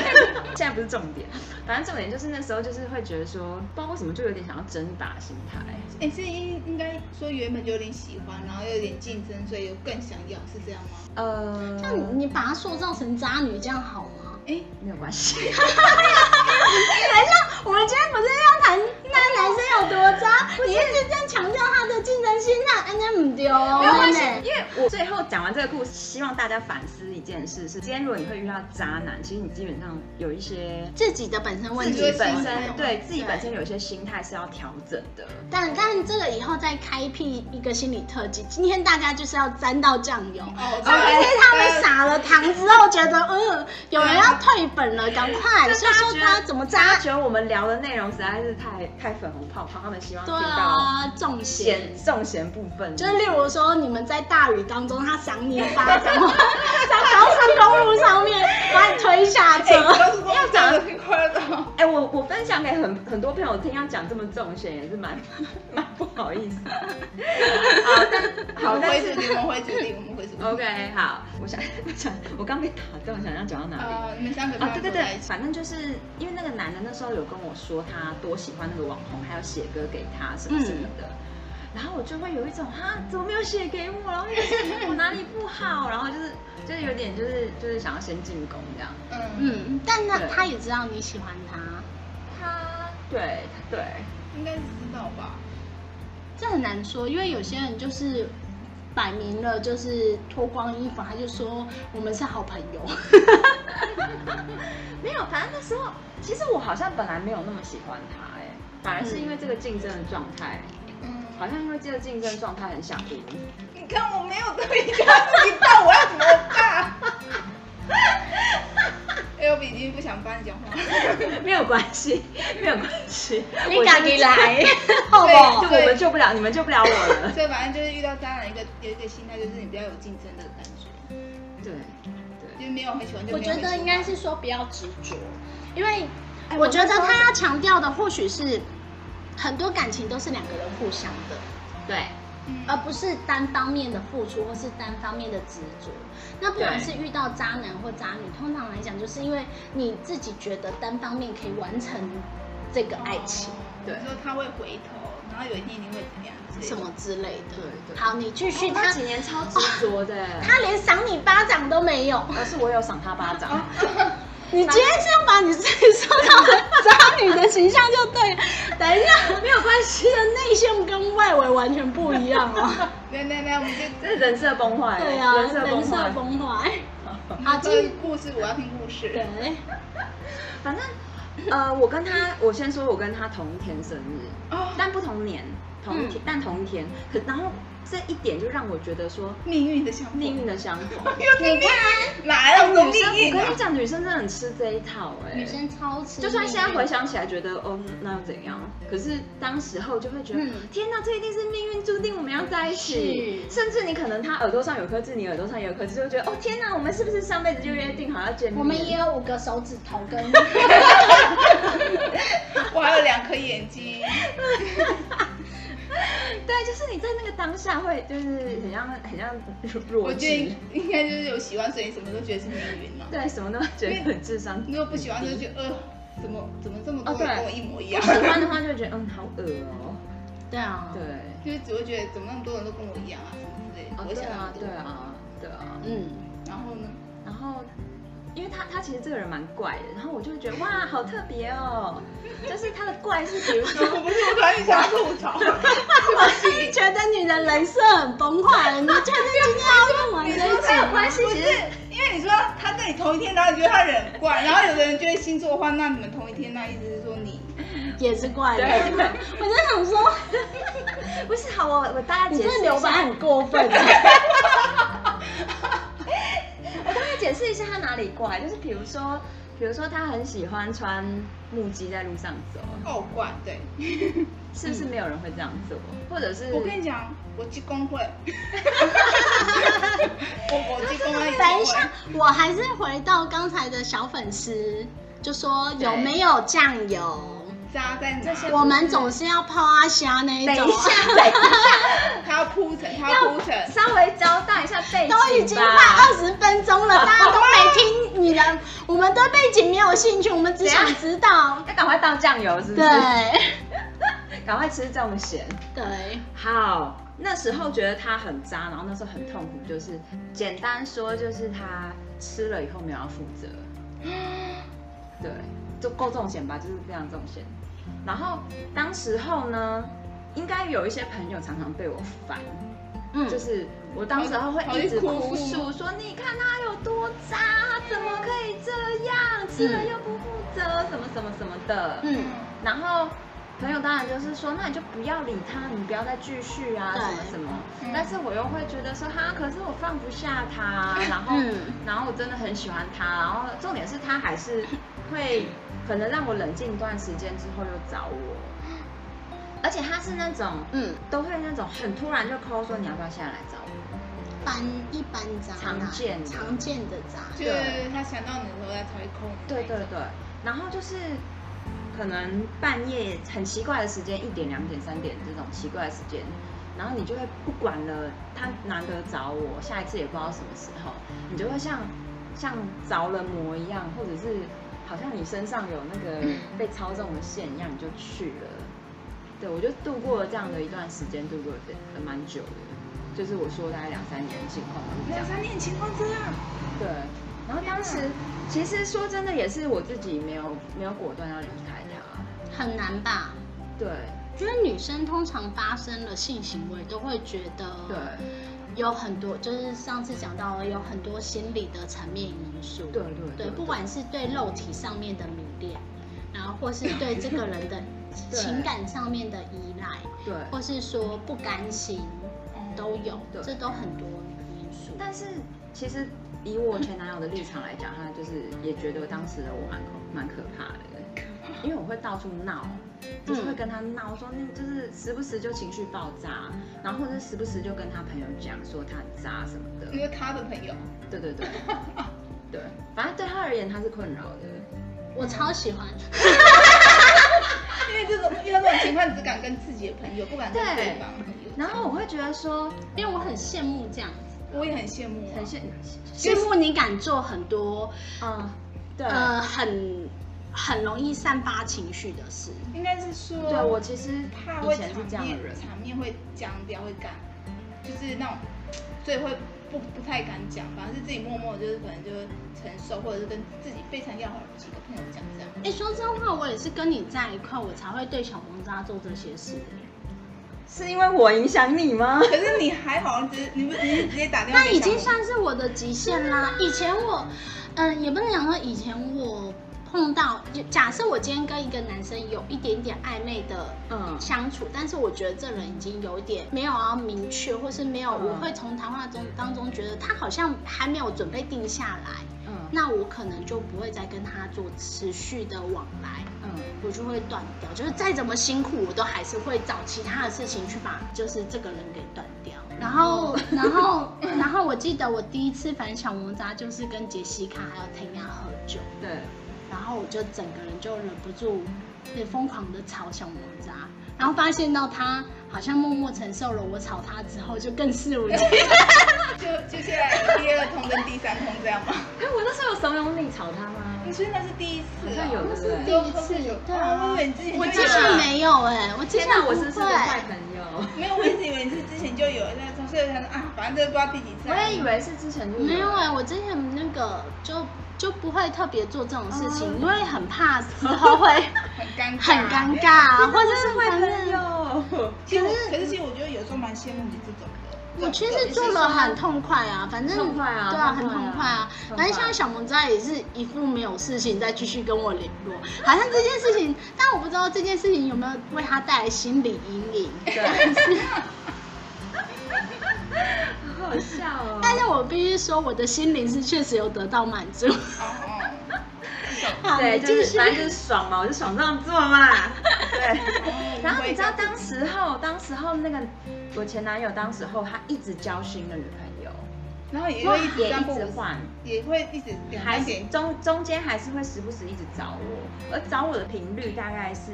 [SPEAKER 3] 现在不是重点，反正重点就是那时候就是会觉得说，不知道为什么就有点想要争霸心态。
[SPEAKER 2] 哎、是应应该说原本就有点喜欢，然后又有点竞争，所以又更想要，是这样吗？
[SPEAKER 3] 呃，
[SPEAKER 1] 那你你把她塑造成渣女，这样好吗？
[SPEAKER 2] 哎、
[SPEAKER 3] 没有关系。
[SPEAKER 1] 等一下，我们今天不是要谈那男生有多渣？你一直在强调他的竞争心态，人家唔丢哦。
[SPEAKER 3] 没有关系
[SPEAKER 1] 真，的
[SPEAKER 3] 因为我最后讲完这个故事，希望大家反思一件事是：今天如果你会遇到渣男，其实你基本上有一些
[SPEAKER 1] 自己的本身问
[SPEAKER 3] 自
[SPEAKER 1] 题
[SPEAKER 3] 己
[SPEAKER 2] 自己
[SPEAKER 3] 本
[SPEAKER 2] 心态
[SPEAKER 3] 身
[SPEAKER 2] 嘛
[SPEAKER 3] 对自己本身有一些心态是要调整的。
[SPEAKER 1] 但但这个以后再开辟一个心理特辑，今天大家就是要沾到酱油。
[SPEAKER 2] 哦，
[SPEAKER 1] 特别是他
[SPEAKER 3] 呃
[SPEAKER 1] 们撒了糖之后，觉得嗯，有人要退本了，赶快
[SPEAKER 3] 就是
[SPEAKER 1] 说
[SPEAKER 3] 大家
[SPEAKER 1] 说
[SPEAKER 3] 觉得
[SPEAKER 1] 他怎么
[SPEAKER 3] 大
[SPEAKER 1] 渣
[SPEAKER 3] 家。觉得我们聊的内容实在是太太粉红泡泡，他们希望
[SPEAKER 1] 对
[SPEAKER 3] 听到
[SPEAKER 1] 啊，中
[SPEAKER 3] 咸
[SPEAKER 1] 邪。
[SPEAKER 3] 重咸部分。
[SPEAKER 1] 就是例如说，你们在大雨当中，他赏你一巴 掌，在高速公路上面把你推下车，
[SPEAKER 2] 呃要长得挺快的，
[SPEAKER 3] 哎、我我分享给很很多朋友听，要讲这么重咸也是蛮 蛮不好 意思。好，但
[SPEAKER 2] 我
[SPEAKER 3] 好，
[SPEAKER 2] 们
[SPEAKER 3] 但
[SPEAKER 2] 会
[SPEAKER 3] 是
[SPEAKER 2] 主题，我们会主题，我们会主题。
[SPEAKER 3] OK，好，我想 我想我刚被打断，想要讲到哪里？
[SPEAKER 2] 呃，你们三个
[SPEAKER 3] 啊，对对
[SPEAKER 2] 坐在
[SPEAKER 3] 对
[SPEAKER 2] 一，起
[SPEAKER 3] 反正就是因为那个男的那时候有跟我说他多喜欢那个网红，还有写歌给他什么什么的，然后我就会有一种哈怎么没有写给我，然后又是我哪里不好，然后就是就是有点就是就是想要先进攻这样。
[SPEAKER 2] 嗯，
[SPEAKER 1] 嗯，但他
[SPEAKER 3] 对
[SPEAKER 1] 他也知道你喜欢他，
[SPEAKER 3] 他对对，
[SPEAKER 2] 应该是知道吧？
[SPEAKER 1] 这很难说，因为有些人就是摆明了就是脱光衣服，他就说我们是好朋 友。
[SPEAKER 3] 没有，反正那时候其实我好像本来没有那么喜欢他、哎，反而是因为这个竞争的状态，
[SPEAKER 2] 嗯，
[SPEAKER 3] 好像因为这个竞争状态很想赢。
[SPEAKER 2] 你看我没有这么一个知道，我要怎么办？哎，我已经不想帮你讲话。
[SPEAKER 3] 没有关系，没有关系，
[SPEAKER 1] 你敢你 来，好不
[SPEAKER 3] 我
[SPEAKER 1] 好
[SPEAKER 3] 就？就我们救不了，你们救不了我了。
[SPEAKER 2] 所以反正就是遇到渣男一个有一个心态，就是你比较有竞争的感觉，
[SPEAKER 3] 对
[SPEAKER 2] 就是没有很喜欢就
[SPEAKER 1] 我
[SPEAKER 2] 没
[SPEAKER 1] 觉
[SPEAKER 2] 有很喜欢。
[SPEAKER 1] 得应该是说不要执着，因为
[SPEAKER 3] 哎
[SPEAKER 1] 我
[SPEAKER 3] 我
[SPEAKER 1] 觉得
[SPEAKER 3] 那时候
[SPEAKER 1] 他要强调的或许是很多感情都是两个人互相的，
[SPEAKER 3] 对
[SPEAKER 2] 嗯
[SPEAKER 1] 而啊不是单方面的付出或是单方面的执着。那不管是遇到渣男或渣女，通常来讲，就是因为你自己觉得单方面可以完成这个爱情。
[SPEAKER 3] 对
[SPEAKER 2] 你说他会回头，然后有一天一定会怎么样之类的？
[SPEAKER 1] 什么之类的，
[SPEAKER 3] 对对
[SPEAKER 1] 好，你继续。
[SPEAKER 3] 去
[SPEAKER 1] 他
[SPEAKER 3] 他几年超执着的，
[SPEAKER 1] 他连赏你巴掌都没有。
[SPEAKER 3] 而是我有赏他巴掌。
[SPEAKER 1] 哦你今天是要把你自己塑造成渣女的形象就对了。等一下，没有关系的，内线跟外围完全不一样 哦。
[SPEAKER 2] 没有没有没有，我们就
[SPEAKER 3] 这人设崩坏，
[SPEAKER 1] 对啊，
[SPEAKER 3] 人设
[SPEAKER 1] 人
[SPEAKER 3] 崩
[SPEAKER 1] 设
[SPEAKER 3] 坏。
[SPEAKER 1] 崩 坏。好
[SPEAKER 2] 好，啊这
[SPEAKER 1] 今
[SPEAKER 2] 故事我要听故事
[SPEAKER 1] 对。，
[SPEAKER 3] 反正呃，我跟他，我先说，我跟他同一天生日，
[SPEAKER 1] 嗯
[SPEAKER 2] 哦，
[SPEAKER 3] 但不同年，同一天，但同一天。可然后这一点就让我觉得说
[SPEAKER 2] 命运的相
[SPEAKER 3] 命
[SPEAKER 2] 命
[SPEAKER 3] 运的相 逢。
[SPEAKER 2] 又是命运来了，我的
[SPEAKER 3] 女生，
[SPEAKER 2] 命运
[SPEAKER 3] 我
[SPEAKER 2] 啊
[SPEAKER 3] 跟你讲，女生真的很吃这一套哎、
[SPEAKER 1] 女生超吃。
[SPEAKER 3] 就算现在回，想起来觉得哦，那又怎样？可是当时候就会觉得，
[SPEAKER 1] 嗯
[SPEAKER 3] 天哪，这一定是命运注定我们要在一起。
[SPEAKER 1] 是
[SPEAKER 3] 甚至你可能他耳朵上有颗痣，你耳朵上也有颗痣，就会觉得哦，天哪，我们是不是上辈子就约定好要见面？
[SPEAKER 1] 我们也有五个手指头跟。
[SPEAKER 2] 我还有两颗眼睛，
[SPEAKER 3] 对，就是你在那个当下会就是很像很像弱
[SPEAKER 2] 我觉得
[SPEAKER 3] 智，
[SPEAKER 2] 应该就是有喜欢，所以你什么都觉得是命运了。
[SPEAKER 3] 对，什么都觉得很智商。
[SPEAKER 2] 如果不喜欢，就觉得呃，怎么怎么这么多
[SPEAKER 3] 哦嗯对
[SPEAKER 2] 人跟我一模一 样
[SPEAKER 3] 不，喜欢的话就会觉得嗯，好恶哦。
[SPEAKER 1] 对啊，
[SPEAKER 3] 对，
[SPEAKER 2] 就是只会觉得怎么那么多人都跟我一样啊，什么之类的。
[SPEAKER 3] 哦
[SPEAKER 2] 我
[SPEAKER 3] 对
[SPEAKER 2] 想那
[SPEAKER 3] 啊
[SPEAKER 2] 么，多
[SPEAKER 3] 对。啊，对啊。
[SPEAKER 1] 嗯，
[SPEAKER 2] 然后呢？
[SPEAKER 3] 然后，因为他他其实这个人蛮怪的，然后我就会觉得哇，好特别哦，就是他的怪是比如说，
[SPEAKER 2] 我不是，我突然想吐槽，
[SPEAKER 1] 我是觉得你的人设很崩坏，你觉得今天要用完
[SPEAKER 2] 你
[SPEAKER 1] 这
[SPEAKER 2] 说
[SPEAKER 1] 一集
[SPEAKER 2] 他有
[SPEAKER 1] 吗
[SPEAKER 2] 关系，不是因为因为你说他跟你同一天，然后你觉得他人很怪，然后有的人就会星座话，那你们同一天，那意思是说你
[SPEAKER 1] 也是怪的。
[SPEAKER 3] 对对
[SPEAKER 1] 我在想说，
[SPEAKER 3] 不是好，我我大家
[SPEAKER 1] 你
[SPEAKER 3] 解
[SPEAKER 1] 这
[SPEAKER 3] 释一
[SPEAKER 1] 留
[SPEAKER 3] 下
[SPEAKER 1] 白，很过分。
[SPEAKER 3] 我大概解释一下他哪里怪，就是比如说，比如说他很喜欢穿木屐在路上走，
[SPEAKER 2] 哦怪，对。
[SPEAKER 3] 是不是没有人会这样做？或者是
[SPEAKER 2] 我跟你讲，我鸡公会， 我我鸡公会。
[SPEAKER 1] 等一下，我还是回到刚才的小粉丝，就说有没有酱油？
[SPEAKER 2] 渣在哪？
[SPEAKER 3] 这些
[SPEAKER 1] 我们总是要泡阿虾那一种。
[SPEAKER 3] 等一下，等一下，
[SPEAKER 2] 他要铺陈，他要铺陈。
[SPEAKER 3] 稍微交代一下背景吧
[SPEAKER 1] 都已经快 二十分钟 了，大家都没听你的，我们对背景没有兴趣，我们只想知 道。
[SPEAKER 3] 要赶快倒酱油，是不
[SPEAKER 1] 对
[SPEAKER 3] 是？，赶快吃这么咸。
[SPEAKER 1] 对，
[SPEAKER 3] 好，那时候觉得他很渣，然后那时候很痛苦，就是简单说就是他吃了以后没有要负责，对，就够重险吧，就是非常重险。然后当时候呢，应该有一些朋友常常被我烦，
[SPEAKER 1] 嗯，
[SPEAKER 3] 就是我当时候会一直哭诉说，你看他有多渣，他怎么可以这样，吃了又不负责，什么什么什么的，
[SPEAKER 1] 嗯，
[SPEAKER 3] 然后朋友当然就是说，那你就不要理他，你不要再继续啊，
[SPEAKER 1] 对
[SPEAKER 3] 什么什么
[SPEAKER 2] 嗯。
[SPEAKER 3] 但是我又会觉得说，哈，可是我放不下他，然后，
[SPEAKER 1] 嗯
[SPEAKER 3] 然后我真的很喜欢他，然后重点是他还是会可能让我冷静一段时间之后又找我，而且他是那种，
[SPEAKER 1] 嗯，
[SPEAKER 3] 都会那种很突然就 call 说你要不要下来找我，
[SPEAKER 1] 般一般渣男，
[SPEAKER 3] 常见的
[SPEAKER 1] 常见的渣，
[SPEAKER 2] 就是他想到你的时候，他才会空。
[SPEAKER 3] 对对对，然后就是可能半夜很奇怪的时间，一点、两点、三点这种奇怪的时间，然后你就会不管了，他难得找我，下一次也不知道什么时候，你就会像像着了魔一样，或者是好像你身上有那个被操纵的线一样，你就去了。对，我就度过了这样的一段时间，度过的蛮久的，就是我说大概两三年的情况就是这
[SPEAKER 2] 两。
[SPEAKER 3] 样
[SPEAKER 2] 三年情况这样，
[SPEAKER 3] 对，然后当时其实说真的也是我自己没有没有果断要离开他，
[SPEAKER 1] 很难吧？
[SPEAKER 3] 对
[SPEAKER 1] 觉得女生通常发生了性行为，都会觉得
[SPEAKER 3] 对
[SPEAKER 1] 有很多，就是上次讲到了有很多心理的层面因素，
[SPEAKER 3] 对对对
[SPEAKER 1] 不管是对肉体上面的迷恋，然后或是对这个人 的
[SPEAKER 3] 对
[SPEAKER 1] 情感上面的依赖，
[SPEAKER 3] 对，哦
[SPEAKER 1] 或是说不甘心，都有，
[SPEAKER 3] 对
[SPEAKER 1] 这都很多因素。
[SPEAKER 3] 但是其实以我前男友的立场来讲，他就是也觉得当时的我蛮可蛮可怕的，因为我会到处闹，就是会跟他闹说你就是时不时就情绪爆炸，然后或者是时不时就跟他朋友讲说他很渣什么的
[SPEAKER 2] 因，为他的朋友，
[SPEAKER 3] 对对 对对，反正对他而言他是困扰的，
[SPEAKER 1] 我超喜欢，
[SPEAKER 2] 因为这种遇到这种情况，你只敢跟自己的朋友，不敢跟对方的朋友。
[SPEAKER 3] 然后我会觉得说
[SPEAKER 1] 因为我很羡慕这样子，
[SPEAKER 2] 我也很羡慕啊，
[SPEAKER 3] 很羡
[SPEAKER 1] 羡慕你敢做很多，
[SPEAKER 3] 嗯，对，
[SPEAKER 1] 呃，很很容易散发情绪的事。
[SPEAKER 2] 应该是说，
[SPEAKER 3] 对我其实
[SPEAKER 2] 怕
[SPEAKER 3] 以
[SPEAKER 2] 会
[SPEAKER 3] 前是这
[SPEAKER 2] 场
[SPEAKER 3] 样的
[SPEAKER 2] 面
[SPEAKER 3] 人，
[SPEAKER 2] 场面会僵掉，会干，就是那种，所以会不不太敢讲，反而是自己默默地就是可能就是承受，或者是跟自己非常要好的几个朋友讲这样。
[SPEAKER 1] 哎、说真话，我也是跟你在一块，我才会对小黄渣做这些事。
[SPEAKER 3] 是因为我影响你吗？
[SPEAKER 2] 可是你还好，只是你不你是直接打电话
[SPEAKER 1] 那
[SPEAKER 2] 给小红，
[SPEAKER 1] 已经算是我的极限啦。以前我，嗯、也不能讲说以前我碰到，就假设我今天跟一个男生有一点点暧昧的
[SPEAKER 3] 嗯，
[SPEAKER 1] 相处，但是我觉得这人已经有一点没有要明确，或是没有，
[SPEAKER 3] 嗯
[SPEAKER 1] 我会从谈话中当中觉得他好像还没有准备定下来，
[SPEAKER 3] 嗯
[SPEAKER 1] 那我可能就不会再跟他做持续的往来。
[SPEAKER 3] 嗯，
[SPEAKER 1] 我就会断掉，就是再怎么辛苦，我都还是会找其他的事情去把就是这个人给断掉。然后，然 后，然后我记得我第一次反小萌渣就是跟杰西卡还有婷雅喝酒，
[SPEAKER 3] 对，
[SPEAKER 1] 然后我就整个人就忍不住，也疯狂的吵小萌渣，然后发现到他好像默默承受了我吵他之后，就更肆无忌惮。
[SPEAKER 2] 就就现在第二通跟第三通这样吗？
[SPEAKER 3] 哎，我那时候有怂恿你吵他吗？
[SPEAKER 2] 你说那是第一次、哦，哦
[SPEAKER 3] 好像有对不对
[SPEAKER 1] 第一次，对啊
[SPEAKER 2] 我以为你之前就有
[SPEAKER 1] 我之前没有哎、我之前
[SPEAKER 3] 天哪，
[SPEAKER 1] 不
[SPEAKER 3] 我真是个
[SPEAKER 1] 会
[SPEAKER 3] 坏朋友，
[SPEAKER 2] 没有，我一直以为你是之前就有那种，所以我想说啊，反正这不知道第几次
[SPEAKER 3] 我
[SPEAKER 2] 啊。
[SPEAKER 3] 也以为是之前就
[SPEAKER 1] 没有哎、我之前那个就就不会特别做这种事情，
[SPEAKER 3] 哦
[SPEAKER 1] 因为很怕之后 会
[SPEAKER 2] 很尴尬，
[SPEAKER 1] 很尴。尬，或
[SPEAKER 3] 我
[SPEAKER 1] 者
[SPEAKER 3] 真是
[SPEAKER 1] 是
[SPEAKER 3] 坏
[SPEAKER 1] 反
[SPEAKER 3] 朋
[SPEAKER 1] 正
[SPEAKER 3] 友，
[SPEAKER 2] 其实我，可是其实我觉得有时候蛮羡慕你这种的，
[SPEAKER 1] 我其实做了很痛快啊，反正
[SPEAKER 3] 痛快啊
[SPEAKER 1] 对啊，很
[SPEAKER 3] 痛快啊
[SPEAKER 1] 痛快啊。
[SPEAKER 3] 痛快
[SPEAKER 1] 反正像小萌渣也是一副没有事情再继续跟我联络，好像这件事情，但我不知道这件事情有没有为他带来心理阴影。
[SPEAKER 3] 对，好好笑哦。
[SPEAKER 1] 但是我必须说，我的心灵是确实有得到满足。
[SPEAKER 2] 哦哦，
[SPEAKER 1] 好，
[SPEAKER 3] 对，
[SPEAKER 1] 你
[SPEAKER 3] 就
[SPEAKER 1] 继
[SPEAKER 3] 是
[SPEAKER 1] 续。
[SPEAKER 3] 反正就是爽嘛，我就爽这样做嘛。 对。
[SPEAKER 2] 哦
[SPEAKER 3] 然后你知道当时候，当时候那个我前男友，当时候他一直交新的女朋友，
[SPEAKER 2] 然后也会一直
[SPEAKER 3] 也
[SPEAKER 2] 这样
[SPEAKER 3] 一
[SPEAKER 2] 不
[SPEAKER 3] 直换，
[SPEAKER 2] 也会一直两
[SPEAKER 3] 还
[SPEAKER 2] 三
[SPEAKER 3] 是
[SPEAKER 2] 点
[SPEAKER 3] 中中间还是会时不时一直找我，而找我的频率大概是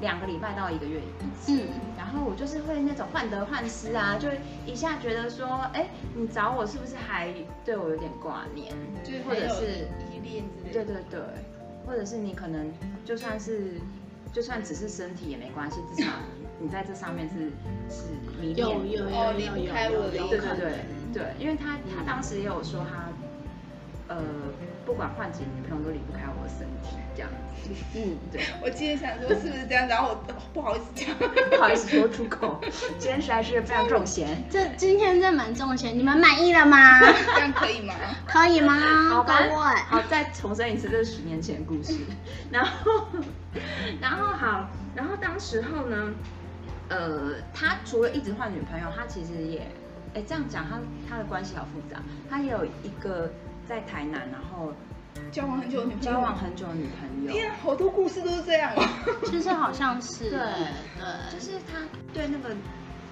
[SPEAKER 3] 两个礼拜到一个月一次。
[SPEAKER 1] 嗯，
[SPEAKER 3] 然后我就是会那种患得患失啊，就一下觉得说，哎，你找我是不是还对我有点挂念？
[SPEAKER 2] 就是
[SPEAKER 3] 或者
[SPEAKER 2] 很有
[SPEAKER 3] 是
[SPEAKER 2] 依恋之类的。
[SPEAKER 3] 对对对，或者是你可能就算是就算只是身体也没关系，至少你在这上面是是迷恋
[SPEAKER 1] 有
[SPEAKER 3] 的。
[SPEAKER 1] 有有
[SPEAKER 2] 哦
[SPEAKER 1] 有
[SPEAKER 2] 离
[SPEAKER 1] 有
[SPEAKER 2] 不开我
[SPEAKER 1] 有
[SPEAKER 2] 的
[SPEAKER 1] 有
[SPEAKER 2] 一
[SPEAKER 3] 对
[SPEAKER 1] 可
[SPEAKER 3] 对
[SPEAKER 1] 能
[SPEAKER 3] 对对，因为他他当时也有说他，呃，不管换几个女朋友都离不开我的身体这样子，
[SPEAKER 1] 嗯，
[SPEAKER 3] 对，
[SPEAKER 2] 我今天想说是不是这样，然后我哦不好意思讲。
[SPEAKER 3] 不好意思说出 口，今天实在是非常重咸。
[SPEAKER 1] 这今天这蛮重钱，你们满意了 吗？
[SPEAKER 2] 这样可以 吗？
[SPEAKER 1] 可以吗？
[SPEAKER 3] 好
[SPEAKER 1] 各
[SPEAKER 3] 吧，
[SPEAKER 1] 位。
[SPEAKER 3] 好，再重申一次，这是十年前的故事。 然后，然后好，然后当时候呢，呃，他除了一直换女朋友，他其实也，哎，这样讲他他的关系好复杂。他也有一个在台南，然后
[SPEAKER 2] 交往很久的
[SPEAKER 1] 嗯
[SPEAKER 2] 女朋友，
[SPEAKER 3] 交往很久的女朋友，
[SPEAKER 2] 天啊，好多故事都是这样啊。
[SPEAKER 1] 就是好像是
[SPEAKER 3] 对就
[SPEAKER 1] 对，
[SPEAKER 3] 是他对那个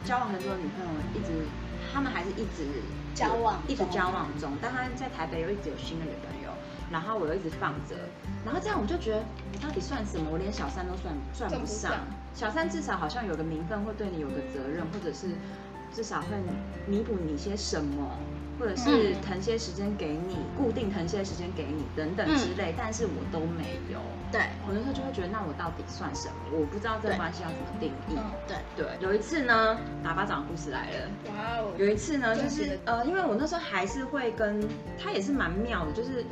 [SPEAKER 3] 交往很久的女朋友一直，他们还是一直
[SPEAKER 1] 交往
[SPEAKER 3] 一直
[SPEAKER 1] 中
[SPEAKER 3] 交往中，但他在台北又一直有新的女朋友，然后我又一直放着，然后这样我就觉得我到底算什么？我连小三都算算
[SPEAKER 2] 算
[SPEAKER 3] 不
[SPEAKER 2] 不
[SPEAKER 3] 上
[SPEAKER 2] 上，
[SPEAKER 3] 小三至少好像有个名分会对你有个责任，或者是至少会弥补你些什么。或者
[SPEAKER 2] 嗯
[SPEAKER 3] 是腾些时间给你，固定腾些时间给你等等之
[SPEAKER 2] 嗯
[SPEAKER 3] 类，但是我都没有。
[SPEAKER 1] 对
[SPEAKER 3] 我那时候就会觉得，那我到底算什么？我不知道这个
[SPEAKER 1] 对
[SPEAKER 3] 关系要怎么定
[SPEAKER 2] 嗯
[SPEAKER 3] 义。
[SPEAKER 1] 对，
[SPEAKER 3] 对，有一次呢，打巴掌的故事来了。
[SPEAKER 2] 哇哦，
[SPEAKER 3] 有一次呢，就
[SPEAKER 2] 真
[SPEAKER 3] 是
[SPEAKER 2] 是
[SPEAKER 3] 呃，因为我那时候还是会跟他也是蛮妙的，就是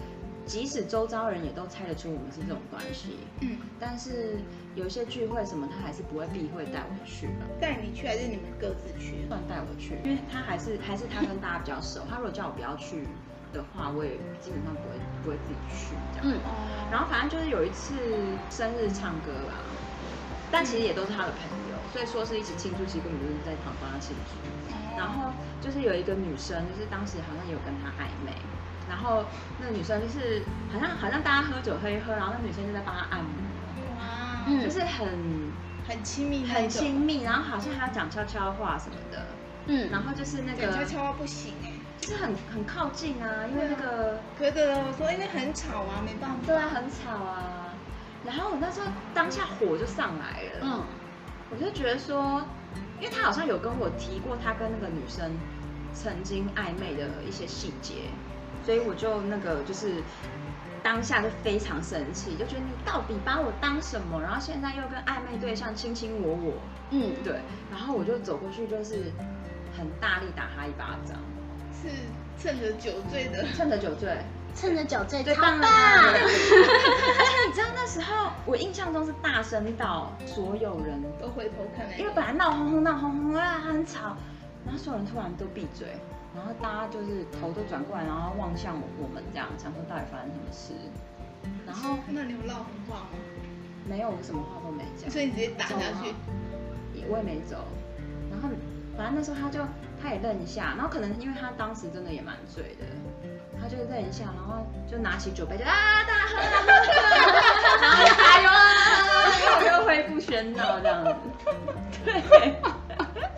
[SPEAKER 3] 即使周遭人也都猜得出我们是这种关系，
[SPEAKER 2] 嗯，
[SPEAKER 3] 但是有一些聚会什么，他还是不会避讳带我去的，
[SPEAKER 2] 带你去还是你们各自去？
[SPEAKER 3] 不然带我去，因为他还是还是他跟大家比较熟，他如果叫我不要去的话，我也基本上不会不会自己去这样。
[SPEAKER 1] 嗯
[SPEAKER 2] 哦，
[SPEAKER 3] 然后反正就是有一次生日唱歌啦，但其实也都是他的朋友，所以说是一起庆祝，其实根本就是在旁帮他庆祝。然后就是有一个女生，就是当时好像有跟他暧昧，然后那女生就是好像好像大家喝酒喝一喝，然后那女生就在帮他按摩，
[SPEAKER 2] 哇，
[SPEAKER 1] 嗯
[SPEAKER 3] 就是很
[SPEAKER 2] 很亲密，
[SPEAKER 3] 很亲，密，然后好像还要讲悄悄话什么的，
[SPEAKER 1] 嗯，
[SPEAKER 3] 然后就是那
[SPEAKER 2] 感
[SPEAKER 3] 个
[SPEAKER 2] 觉悄话不行哎。
[SPEAKER 3] 就是很很靠近啊，
[SPEAKER 1] 嗯
[SPEAKER 3] 因为那个。
[SPEAKER 2] 哥哥我说因为很吵啊，没办法。
[SPEAKER 3] 对啊，很吵啊。然后我那时候当下火就上来了，
[SPEAKER 1] 嗯，
[SPEAKER 3] 我就觉得说，因为他好像有跟我提过他跟那个女生曾经暧昧的一些细节，所以我就那个就是当下就非常生气，就觉得你到底把我当什么？然后现在又跟暧昧对象卿卿我我，
[SPEAKER 1] 嗯，
[SPEAKER 3] 对，然后我就走过去就是很大力打他一巴掌，
[SPEAKER 2] 是趁着酒醉的，
[SPEAKER 3] 趁着酒醉，
[SPEAKER 1] 趁着酒醉，
[SPEAKER 3] 最
[SPEAKER 1] 超
[SPEAKER 3] 棒
[SPEAKER 1] 棒
[SPEAKER 3] 了！ 而且你知道那时候，我印象中是大声到所有人，
[SPEAKER 2] 都回头看了。
[SPEAKER 3] 因为本来闹哄哄闹哄哄啊，很吵，然后所有人突然都闭嘴，然后大家就是头都转过来，然后望向我我们这样，想说到底发生什么事。然后
[SPEAKER 2] 哦那你有唠狠话吗？
[SPEAKER 3] 没有，我什么话都没讲，
[SPEAKER 2] 所以你直接打下去，
[SPEAKER 3] 我也没走。然后反正那时候他就他也愣一下，然后可能因为他当时真的也蛮醉的，他就愣一下，然后就拿起酒杯就啊大喝啊喝喝，然后就加油啊，又又恢复喧闹这样子。对，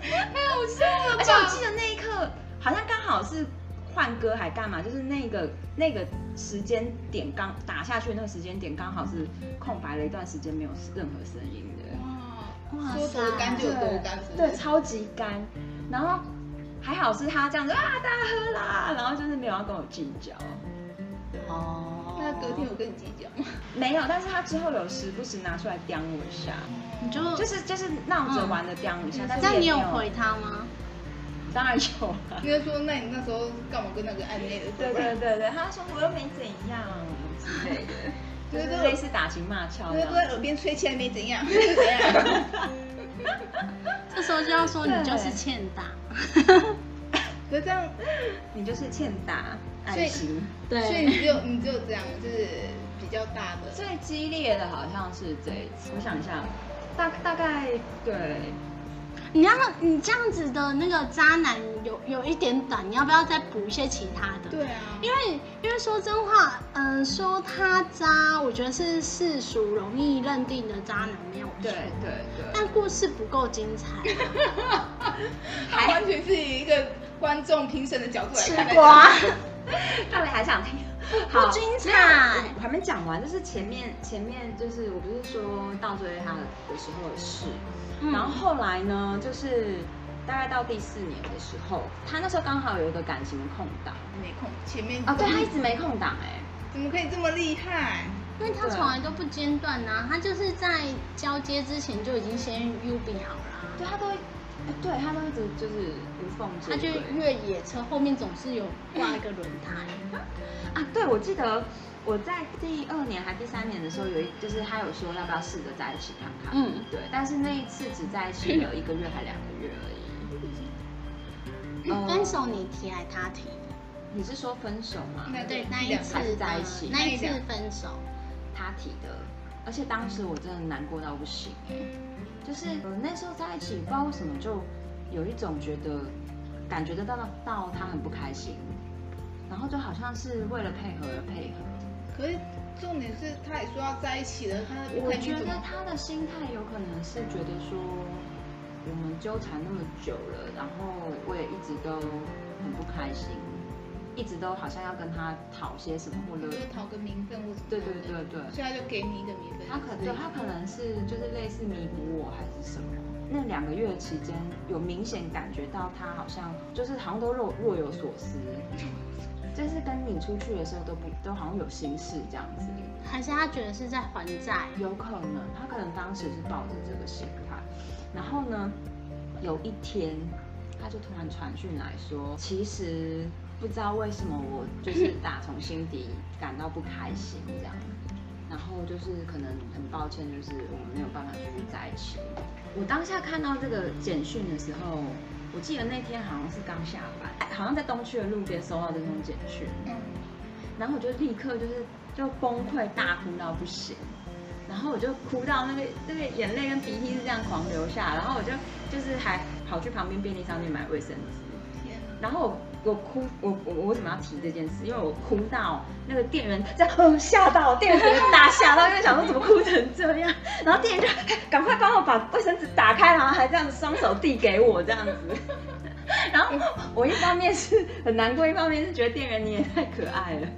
[SPEAKER 2] 太好笑了
[SPEAKER 3] 而且哎我记得那一刻好像刚好是换歌还干嘛，就是那个那个时间点刚打下去，那个时间点刚好是空白了一段时间没有任何声音的。
[SPEAKER 2] 哇，说多干就有多干，是不是
[SPEAKER 3] 对，超级干。然后还好是他这样子啊，大家喝啦，然后就是没有要跟我计较，
[SPEAKER 1] 哦
[SPEAKER 2] 那隔天我跟你计较吗？
[SPEAKER 3] 没有。但是他之后有时不时拿出来刁我一下，
[SPEAKER 1] 你就
[SPEAKER 3] 就是就是闹着玩的刁我一下。
[SPEAKER 2] 嗯
[SPEAKER 3] 但是
[SPEAKER 1] 那
[SPEAKER 3] 也
[SPEAKER 1] 你有
[SPEAKER 3] 没
[SPEAKER 1] 回？他吗？
[SPEAKER 3] 当然有啊。
[SPEAKER 2] 应该说，那你那时候干嘛跟那个暧昧的？
[SPEAKER 3] 对对对对，他说我又没怎 样之类的，就是类似打情骂俏
[SPEAKER 2] 哎我在
[SPEAKER 3] 这样
[SPEAKER 2] 都在耳边吹起来没怎 样， 没怎样。
[SPEAKER 1] 这时候就要说你就是欠打，
[SPEAKER 2] 可是这样，
[SPEAKER 3] 你就是欠打
[SPEAKER 2] 所
[SPEAKER 3] 爱
[SPEAKER 2] 以
[SPEAKER 3] 心。
[SPEAKER 2] 所以
[SPEAKER 1] 对，
[SPEAKER 2] 你只有你只有这样，就是比较大的。
[SPEAKER 3] 最激烈的好像是这一次，我想一下，大大概对，
[SPEAKER 1] 你要你这样子的那个渣男有有一点短，你要不要再补一些其他的？
[SPEAKER 2] 对啊，
[SPEAKER 1] 因为因为说真话，嗯、说他渣，我觉得是世俗容易认定的渣男没有
[SPEAKER 3] 对
[SPEAKER 1] 错，
[SPEAKER 3] 对对，
[SPEAKER 1] 但故事不够精彩啊、
[SPEAKER 2] 他完全是以一个观众评审的角度来
[SPEAKER 1] 吃
[SPEAKER 2] 看待
[SPEAKER 1] 瓜。
[SPEAKER 3] 到底还想听？
[SPEAKER 1] 不
[SPEAKER 3] 好，
[SPEAKER 1] 精彩
[SPEAKER 3] 那我我还没讲完，就是前面前面就是我不是说倒追他的时候的事，
[SPEAKER 1] 嗯
[SPEAKER 3] 然后后来呢，就是大概到第四年的时候，他那时候刚好有一个感情的空档
[SPEAKER 2] 没空，前面
[SPEAKER 3] 啊，对他一直没空档哎、
[SPEAKER 2] 哦怎么可以这么厉害？
[SPEAKER 1] 因为他从来都不间断呐、他就是在交接之前就已经先 U B 好啊啦、
[SPEAKER 3] 对他都，呃对他都一直就是无缝接
[SPEAKER 1] 他就
[SPEAKER 3] 轨。
[SPEAKER 1] 越野车后面总是有挂一个轮胎，
[SPEAKER 3] 啊，对，我记得我在第二年还第三年的时候，有一就是他有说要不要试着在一起看看，
[SPEAKER 1] 嗯，
[SPEAKER 3] 对，但是那一次只在一起了一个月还两个月而已。呃
[SPEAKER 1] 分手你提还他提，
[SPEAKER 3] 你是说分手吗？
[SPEAKER 2] 那
[SPEAKER 1] 对那一次
[SPEAKER 3] 还是
[SPEAKER 1] 的
[SPEAKER 3] 在一起
[SPEAKER 1] 那一次分手，
[SPEAKER 3] 他提的，而且当时我真的难过到不行、就是我那时候在一起，不知道为什么就有一种觉得感觉得到到他很不开心，然后就好像是为了配合而配合。
[SPEAKER 2] 可是重点是，他也说要在一起了，他
[SPEAKER 3] 我
[SPEAKER 2] 我觉
[SPEAKER 3] 觉得
[SPEAKER 2] 得
[SPEAKER 3] 他的心态有可能是觉得说，我们纠缠那么久了，然后我也一直都很不开心，一直都好像要跟他讨些什么，或
[SPEAKER 2] 你
[SPEAKER 3] 者
[SPEAKER 2] 就是讨个名分或什么。
[SPEAKER 3] 对对对对，
[SPEAKER 2] 所以他就给你一个名分。
[SPEAKER 3] 他可对他可能是就是类似弥补我还是什么。那两个月期间，有明显感觉到他好像就是好像都若若有所思，就是跟你出去的时候都不都好像有心事这样子。
[SPEAKER 1] 还是他觉得是在还债？
[SPEAKER 3] 有可能，他可能当时是抱着这个心态，然后呢，有一天他就突然传讯来说，其实不知道为什么我就是打从心底感到不开心这样，然后就是可能很抱歉，就是我们没有办法继续在一起。我当下看到这个简讯的时候，我记得那天好像是刚下班，哎好像在东区的路边收到这封简讯，
[SPEAKER 2] 嗯，
[SPEAKER 3] 然后我就立刻就是就崩溃大哭到不行，然后我就哭到那个那个眼泪跟鼻涕是这样狂流下，然后我就就是还跑去旁边便利商店买卫生纸，
[SPEAKER 2] 天哪，
[SPEAKER 3] 然后我我哭我我我为什么要提这件事？因为我哭到那个店员在呃吓到，店员整个大吓到，因为想说怎么哭成这样，然后店员就哎赶快帮我把卫生纸打开，然后还这样子双手递给我这样子。然后我一方面是很难过，一方面是觉得店员你也太可爱 了。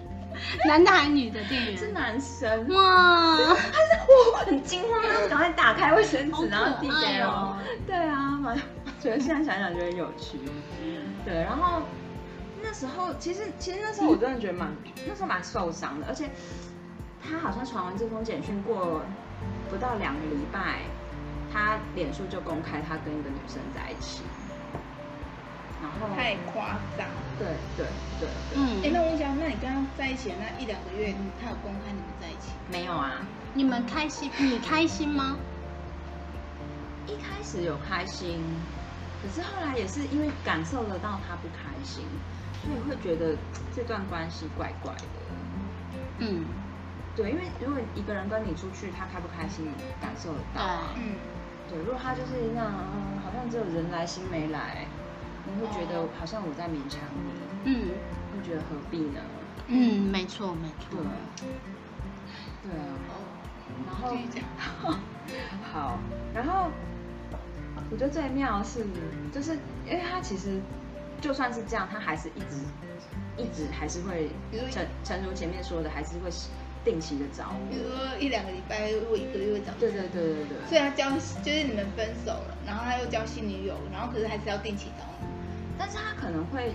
[SPEAKER 1] 男的还是女的店
[SPEAKER 3] 是
[SPEAKER 1] 员？
[SPEAKER 3] 男生，
[SPEAKER 1] 哇，
[SPEAKER 3] 我很惊慌，然后赶快打开卫生
[SPEAKER 1] 好
[SPEAKER 3] 纸，然后递
[SPEAKER 1] 可爱
[SPEAKER 3] 给我
[SPEAKER 1] 哦。！
[SPEAKER 3] 对啊，蛮觉得现在想想觉得有趣。对，然后那时候其实其实那时候我真的觉得蛮、那时候蛮受伤的，而且他好像传完这封简讯过不到两个礼拜，他脸书就公开他跟一个女生在一起，然后
[SPEAKER 2] 太夸张。
[SPEAKER 3] 对对对对，
[SPEAKER 2] 哎，那
[SPEAKER 1] 嗯，
[SPEAKER 2] 我问一下，那你跟他在一起的那一两个月，他有公开你们在一起？
[SPEAKER 3] 没有啊，
[SPEAKER 1] 你们开心？你开心吗？
[SPEAKER 3] 一开始有开心，可是后来也是因为感受得到他不开心，所以会觉得嘖这段关系怪怪的。
[SPEAKER 1] 嗯，
[SPEAKER 3] 对，因为如果一个人跟你出去，他开不开心，你感受得
[SPEAKER 1] 对
[SPEAKER 3] 到。，
[SPEAKER 2] 嗯，
[SPEAKER 3] 对，如果他就是那样，嗯好像只有人来心没来，你会觉得
[SPEAKER 2] 哦
[SPEAKER 3] 好像我在勉强你，
[SPEAKER 1] 嗯
[SPEAKER 3] 会觉得何必呢？
[SPEAKER 1] 嗯，没错没
[SPEAKER 3] 对啊
[SPEAKER 1] 错。，
[SPEAKER 3] 对啊。
[SPEAKER 2] 哦，
[SPEAKER 3] 然后
[SPEAKER 2] 继续讲。
[SPEAKER 3] 好，然后我觉得最妙的是，就是因为他其实就算是这样，他还是一直一直还是会
[SPEAKER 2] 比如
[SPEAKER 3] 诚诚如前面说的，还是会定期的找
[SPEAKER 2] 比如
[SPEAKER 3] 我。
[SPEAKER 2] 说一两个礼拜或一个月会找一次。
[SPEAKER 3] 对对对对对。
[SPEAKER 2] 所以他交就是你们分手了，然后他又交新女友，然后可是还是要定期找你，
[SPEAKER 3] 但是他可能会，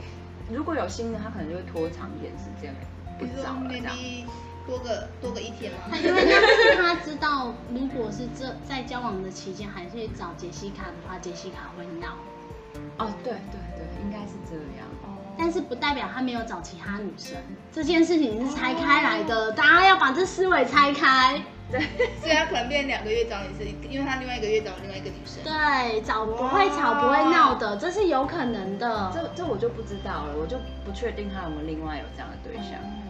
[SPEAKER 3] 如果有新的，他可能就会拖长一点时间不
[SPEAKER 2] 比如说
[SPEAKER 3] 找了这样。
[SPEAKER 2] maybe 多个多个一天吗？
[SPEAKER 1] 他因为那是他知道，如果是这在交往的期间还是找杰西卡的话，杰西卡会闹，
[SPEAKER 3] 哦，对对对，应该是这样。
[SPEAKER 1] 但是不代表他没有哦找其他女生。这件事情是拆开来的，大家要把这思维拆开。
[SPEAKER 3] 对，
[SPEAKER 2] 所以他可能变两个月找你是，因为他另外一个月找另外一个女生。
[SPEAKER 1] 对，吵不
[SPEAKER 2] 哇
[SPEAKER 1] 会吵不会闹的，这是有可能的。
[SPEAKER 3] 这这我就不知道了，我就不确定他有没有另外有这样的对象。
[SPEAKER 2] 哦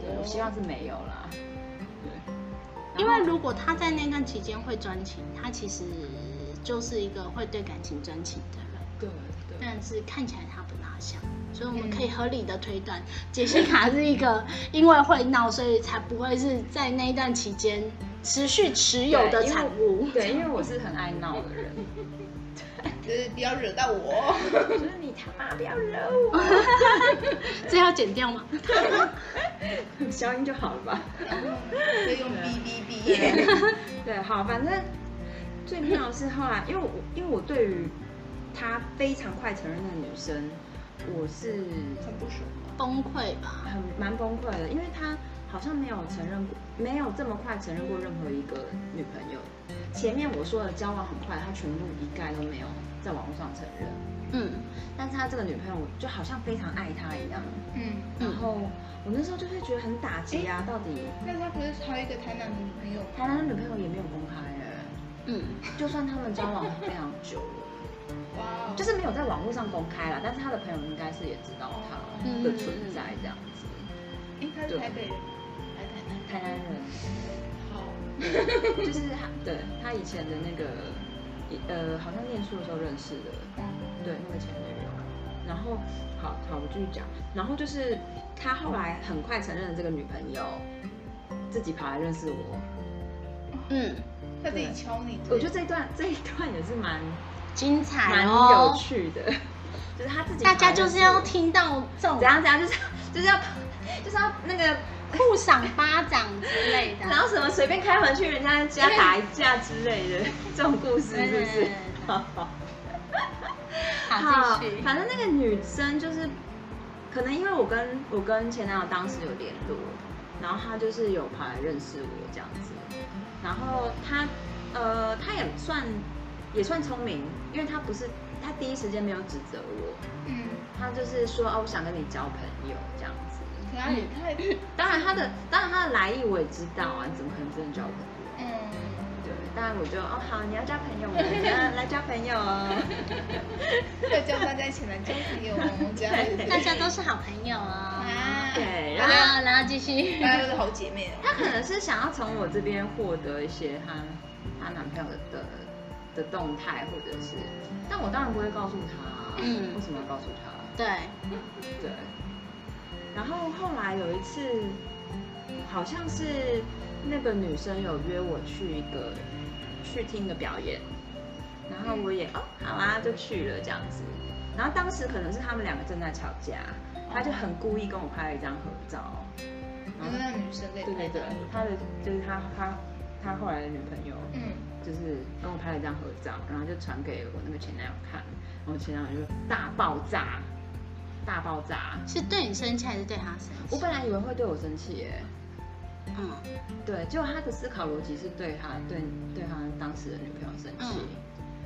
[SPEAKER 3] 对，我希望是没有啦。对，
[SPEAKER 1] 因为如果他在那段期间会专情，他其实就是一个会对感情专情的人，
[SPEAKER 3] 对对
[SPEAKER 1] 但是看起来他不大像，所以我们
[SPEAKER 2] 嗯
[SPEAKER 1] 可以合理的推断，杰西卡是一个因为会闹，所以才不会是在那一段期间持续持有的
[SPEAKER 3] 对因为
[SPEAKER 1] 产物。
[SPEAKER 3] 对，因为我是很爱闹的人，
[SPEAKER 2] 哦就是不要惹到我。
[SPEAKER 3] 就是你他妈不要惹我，
[SPEAKER 1] 这要剪掉吗？
[SPEAKER 3] 消音就好了吧。
[SPEAKER 2] 所以用哔哔哔。
[SPEAKER 3] 对，好，反正最妙的是后来，因为我因为我对于他非常快承认的女生，我是
[SPEAKER 2] 很不爽。
[SPEAKER 3] 啊
[SPEAKER 1] 崩溃吧。
[SPEAKER 3] 很蛮崩溃的，因为他好像没有承认过，没有这么快承认过任何一个女朋友。前面我说的交往很快，他全部一概都没有在网络上承认。
[SPEAKER 1] 嗯，
[SPEAKER 3] 但是他这个女朋友就好像非常爱他一样，
[SPEAKER 2] 嗯，
[SPEAKER 1] 嗯
[SPEAKER 3] 然后我那时候就会觉得很打击啊，到底
[SPEAKER 2] 那他不是还有一个台南的女朋友吗？
[SPEAKER 3] 台湾的女朋友也没有公开哎、
[SPEAKER 1] 嗯，
[SPEAKER 3] 就算他们交往非常久了。
[SPEAKER 2] 哇哦，
[SPEAKER 3] 就是没有在网络上公开啦，但是他的朋友应该是也知道他的存在这样子。
[SPEAKER 2] 哎，他是台北人还是台南人？
[SPEAKER 3] 台南人，
[SPEAKER 2] 好，
[SPEAKER 3] 就是他， 对他以前的那个，呃，好像念书的时候认识的，对那个前女友。然后，好好，我继续讲。然后就是他后来很快承认了这个女朋友，自己跑来认识我。
[SPEAKER 1] 嗯，
[SPEAKER 2] 他自己敲你。
[SPEAKER 3] 我觉得这一段这一段也是蛮
[SPEAKER 1] 精彩
[SPEAKER 3] 蛮
[SPEAKER 1] 哦
[SPEAKER 3] 有！趣的，就是他自己跑
[SPEAKER 1] 大
[SPEAKER 3] 来
[SPEAKER 1] 家
[SPEAKER 3] 认识我
[SPEAKER 1] 就是要听到这种
[SPEAKER 3] 怎样怎样，就是就是要就是要那个
[SPEAKER 1] 互赏巴掌之类的。
[SPEAKER 3] 然后什么随便开门去人家家打一架之类的这种故事是不
[SPEAKER 1] 对对对
[SPEAKER 3] 是
[SPEAKER 1] 对？
[SPEAKER 3] 好好
[SPEAKER 1] 好，继续。
[SPEAKER 3] 反正那个女生就是，可能因为我跟我跟前男友当时有联络，然后他就是有跑来认识我这样子，然后他呃他也算也算聪明，因为他不是他第一时间没有指责我，
[SPEAKER 2] 嗯，
[SPEAKER 3] 他就是说哦我想跟你交朋友这样子。
[SPEAKER 2] 可他也太，
[SPEAKER 3] 当然他的当然他的来意我也知道啊，你怎么可能真的交朋友？
[SPEAKER 2] 嗯，
[SPEAKER 3] 对，当然我就哦好，你要交朋友，我们嗯来交朋友哦。
[SPEAKER 2] 要叫大家一起来交朋友哦，这样子。
[SPEAKER 1] 大 家都是好朋友哦。
[SPEAKER 2] 啊，
[SPEAKER 3] 对，
[SPEAKER 1] 然
[SPEAKER 3] 然后
[SPEAKER 1] 后，然后继续。
[SPEAKER 2] 大家都是好姐妹哦。
[SPEAKER 3] 她可能是想要从我这边获得一些她她男朋友的的动态，或者是，但我当然不会告诉她，
[SPEAKER 1] 嗯
[SPEAKER 3] 为什么要告诉啊她？
[SPEAKER 1] 对，
[SPEAKER 3] 对。然后后来有一次，好像是那个女生有约我去一个去听一个表演，然后我也哦好啊就去了这样子。然后当时可能是他们两个正在吵架，他就很故意跟我拍了一张合照，
[SPEAKER 2] 然
[SPEAKER 3] 然后
[SPEAKER 2] 后那个女生在
[SPEAKER 3] 对对对，他的就是他他他后来的女朋友，
[SPEAKER 2] 嗯，
[SPEAKER 3] 就是跟我拍了一张合照，然后就传给我那个前男友看，然后前男友就大爆炸，大爆炸。
[SPEAKER 1] 是对你生气还是对他生气？
[SPEAKER 3] 我本来以为会对我生气耶，
[SPEAKER 1] 嗯，
[SPEAKER 3] 对，结果他的思考逻辑是对他对对他当时的女朋友生气。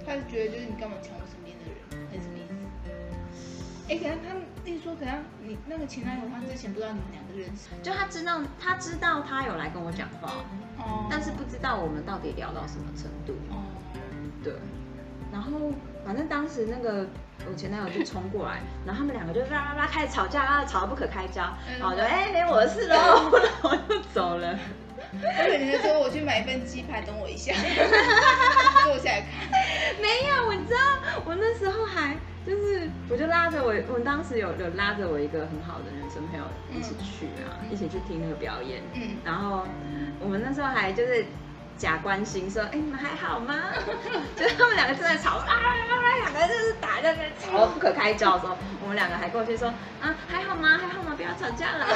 [SPEAKER 2] 他就觉得就是你干嘛抢我身边的人，还是什么意思？哎，可能他一说，可能你那个前男友他之前不知道你们两个认识
[SPEAKER 3] 就他知道他知道他有来跟我讲话，
[SPEAKER 2] 哦
[SPEAKER 3] 但是不知道我们到底聊到什么程度。
[SPEAKER 2] 哦，
[SPEAKER 3] 对，然后反正当时那个我前男友就冲过来，然后他们两个就啦啦啦开始吵架，啊，吵得不可开交，
[SPEAKER 2] 嗯
[SPEAKER 3] 然后我就哎、没我的事喽， 然后我就走了。
[SPEAKER 2] 我可能就说我去买一份鸡排，等我一 下，坐下来看。
[SPEAKER 3] 没有，我知道我那时候还就是我就拉着我，我当时有有拉着我一个很好的女生朋友一起去啊，一起去听那个表演，
[SPEAKER 2] 嗯，
[SPEAKER 3] 然后我们那时候还就是假关心说，哎、你们还好吗？就是他们两个正在吵，啊，两个就是打在那边吵得不可开交的时候，我们两个还过去说，啊，还好吗？还好吗？不要吵架了。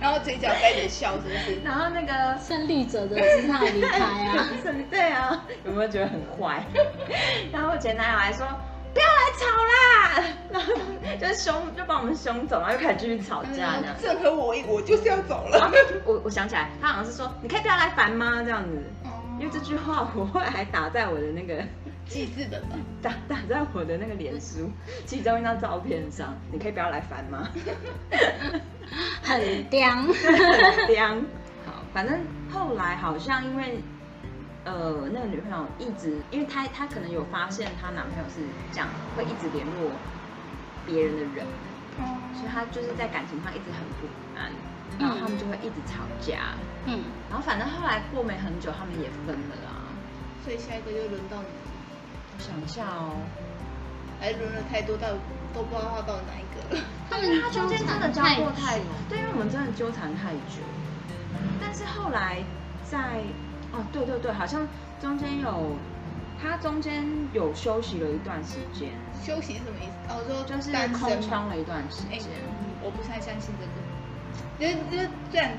[SPEAKER 2] 然后嘴角带着笑，是不是？
[SPEAKER 3] 然后那个
[SPEAKER 1] 胜利者的姿态离开 啊。
[SPEAKER 3] 对啊，有没有觉得很坏？ 然后我前男友还说不要来吵啦，然后就是凶，就把我们凶走，然后又开始继续吵
[SPEAKER 2] 嗯
[SPEAKER 3] 架这样。
[SPEAKER 2] 正合我意，我就是要走
[SPEAKER 3] 啊
[SPEAKER 2] 了。
[SPEAKER 3] 我我想起来，他好像是说你可以不要来烦吗？这样子，因
[SPEAKER 1] 哦
[SPEAKER 3] 为这句话我后来还打在我的那个
[SPEAKER 2] 记字的吧，
[SPEAKER 3] 打打在我的那个脸书其中一张照片上，你可以不要来烦吗？
[SPEAKER 1] 很刁。
[SPEAKER 3] 很凉。好，反正后来好像因为，呃，那个女朋友一直，因为她她可能有发现她男朋友是这样，会一直联络别人的人，所以她就是在感情上一直很不安，然后他们就会一直吵架，
[SPEAKER 1] 嗯，
[SPEAKER 3] 然后反正后来过没很久，他们也分了啦。
[SPEAKER 2] 所以下一个就轮到你，
[SPEAKER 3] 我想一下哦，
[SPEAKER 2] 哎，轮了太多到都不知道要到哪一个了。
[SPEAKER 1] 他
[SPEAKER 3] 因为
[SPEAKER 1] 们
[SPEAKER 3] 他中间真的交过太
[SPEAKER 1] 久，
[SPEAKER 3] 对，因为我们真的纠缠太久。但是后来在哦，对对对，好像中间有他中间有休息了一段时间，
[SPEAKER 2] 休息是什么意思？哦，说
[SPEAKER 3] 就是
[SPEAKER 2] 单身
[SPEAKER 3] 空
[SPEAKER 2] 吗
[SPEAKER 3] 窗了一段时
[SPEAKER 2] 哎
[SPEAKER 3] 间。，
[SPEAKER 2] 我不太相信这个，就是就是虽然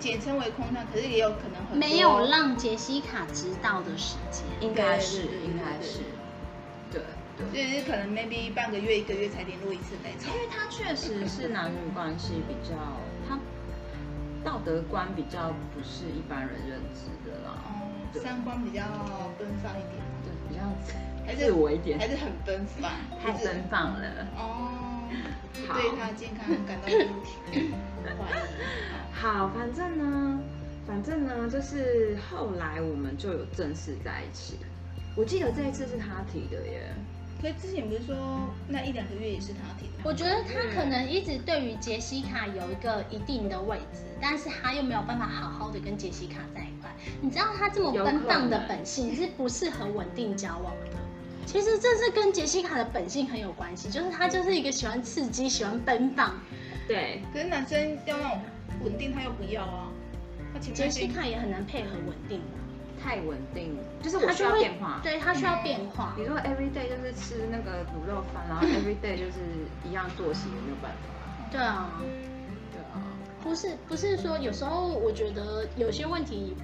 [SPEAKER 2] 简称为空窗，可是也有可能很多
[SPEAKER 1] 没有让杰西卡知道的时间。
[SPEAKER 3] 应该是，
[SPEAKER 2] 对对对
[SPEAKER 3] 应该是，对对，
[SPEAKER 2] 就是可能 maybe 半个月、一个月才联络一次那种
[SPEAKER 3] 因。为他确实是男女关系比较，他道德观比较不是一般人认知的啦，
[SPEAKER 2] 哦，
[SPEAKER 3] 对
[SPEAKER 2] 三观比较奔放一点，
[SPEAKER 3] 对，比较
[SPEAKER 2] 还是
[SPEAKER 3] 自我一点
[SPEAKER 2] 还，是很奔放，
[SPEAKER 3] 太
[SPEAKER 2] 就是
[SPEAKER 3] 奔放了。
[SPEAKER 2] 哦，
[SPEAKER 3] 好
[SPEAKER 2] 对他的健康感到忧虑怀疑。
[SPEAKER 3] 好，反正呢，反正呢，就是后来我们就有正式在一起。我记得这一次是他提的耶，
[SPEAKER 2] 可是之前不是说那一两个月也是他提的吗？
[SPEAKER 1] 我觉得他可能一直对于杰西卡有一个一定的位置，但是他又没有办法好好的跟杰西卡在一块。你知道他这么奔放的本性是不适合稳定交往的。其实这是跟杰西卡的本性很有关系，就是他就是一个喜欢刺激、喜欢奔放。
[SPEAKER 3] 对，
[SPEAKER 2] 可是男生要那种稳定，他又不要啊。他前
[SPEAKER 1] 杰
[SPEAKER 2] 面
[SPEAKER 1] 西
[SPEAKER 2] 先
[SPEAKER 1] 卡也很难配合稳定的，
[SPEAKER 3] 太稳定，就是我
[SPEAKER 1] 他
[SPEAKER 3] 需
[SPEAKER 1] 就
[SPEAKER 3] 要
[SPEAKER 1] 会
[SPEAKER 3] 变化。
[SPEAKER 1] 对他需要变化
[SPEAKER 3] 比。如说 every day 就是吃那个卤肉饭，然后 every day 就是一样作息，也没有办法。
[SPEAKER 1] 对啊。
[SPEAKER 3] 对啊，
[SPEAKER 1] 不是不是说，有时候我觉得有些问题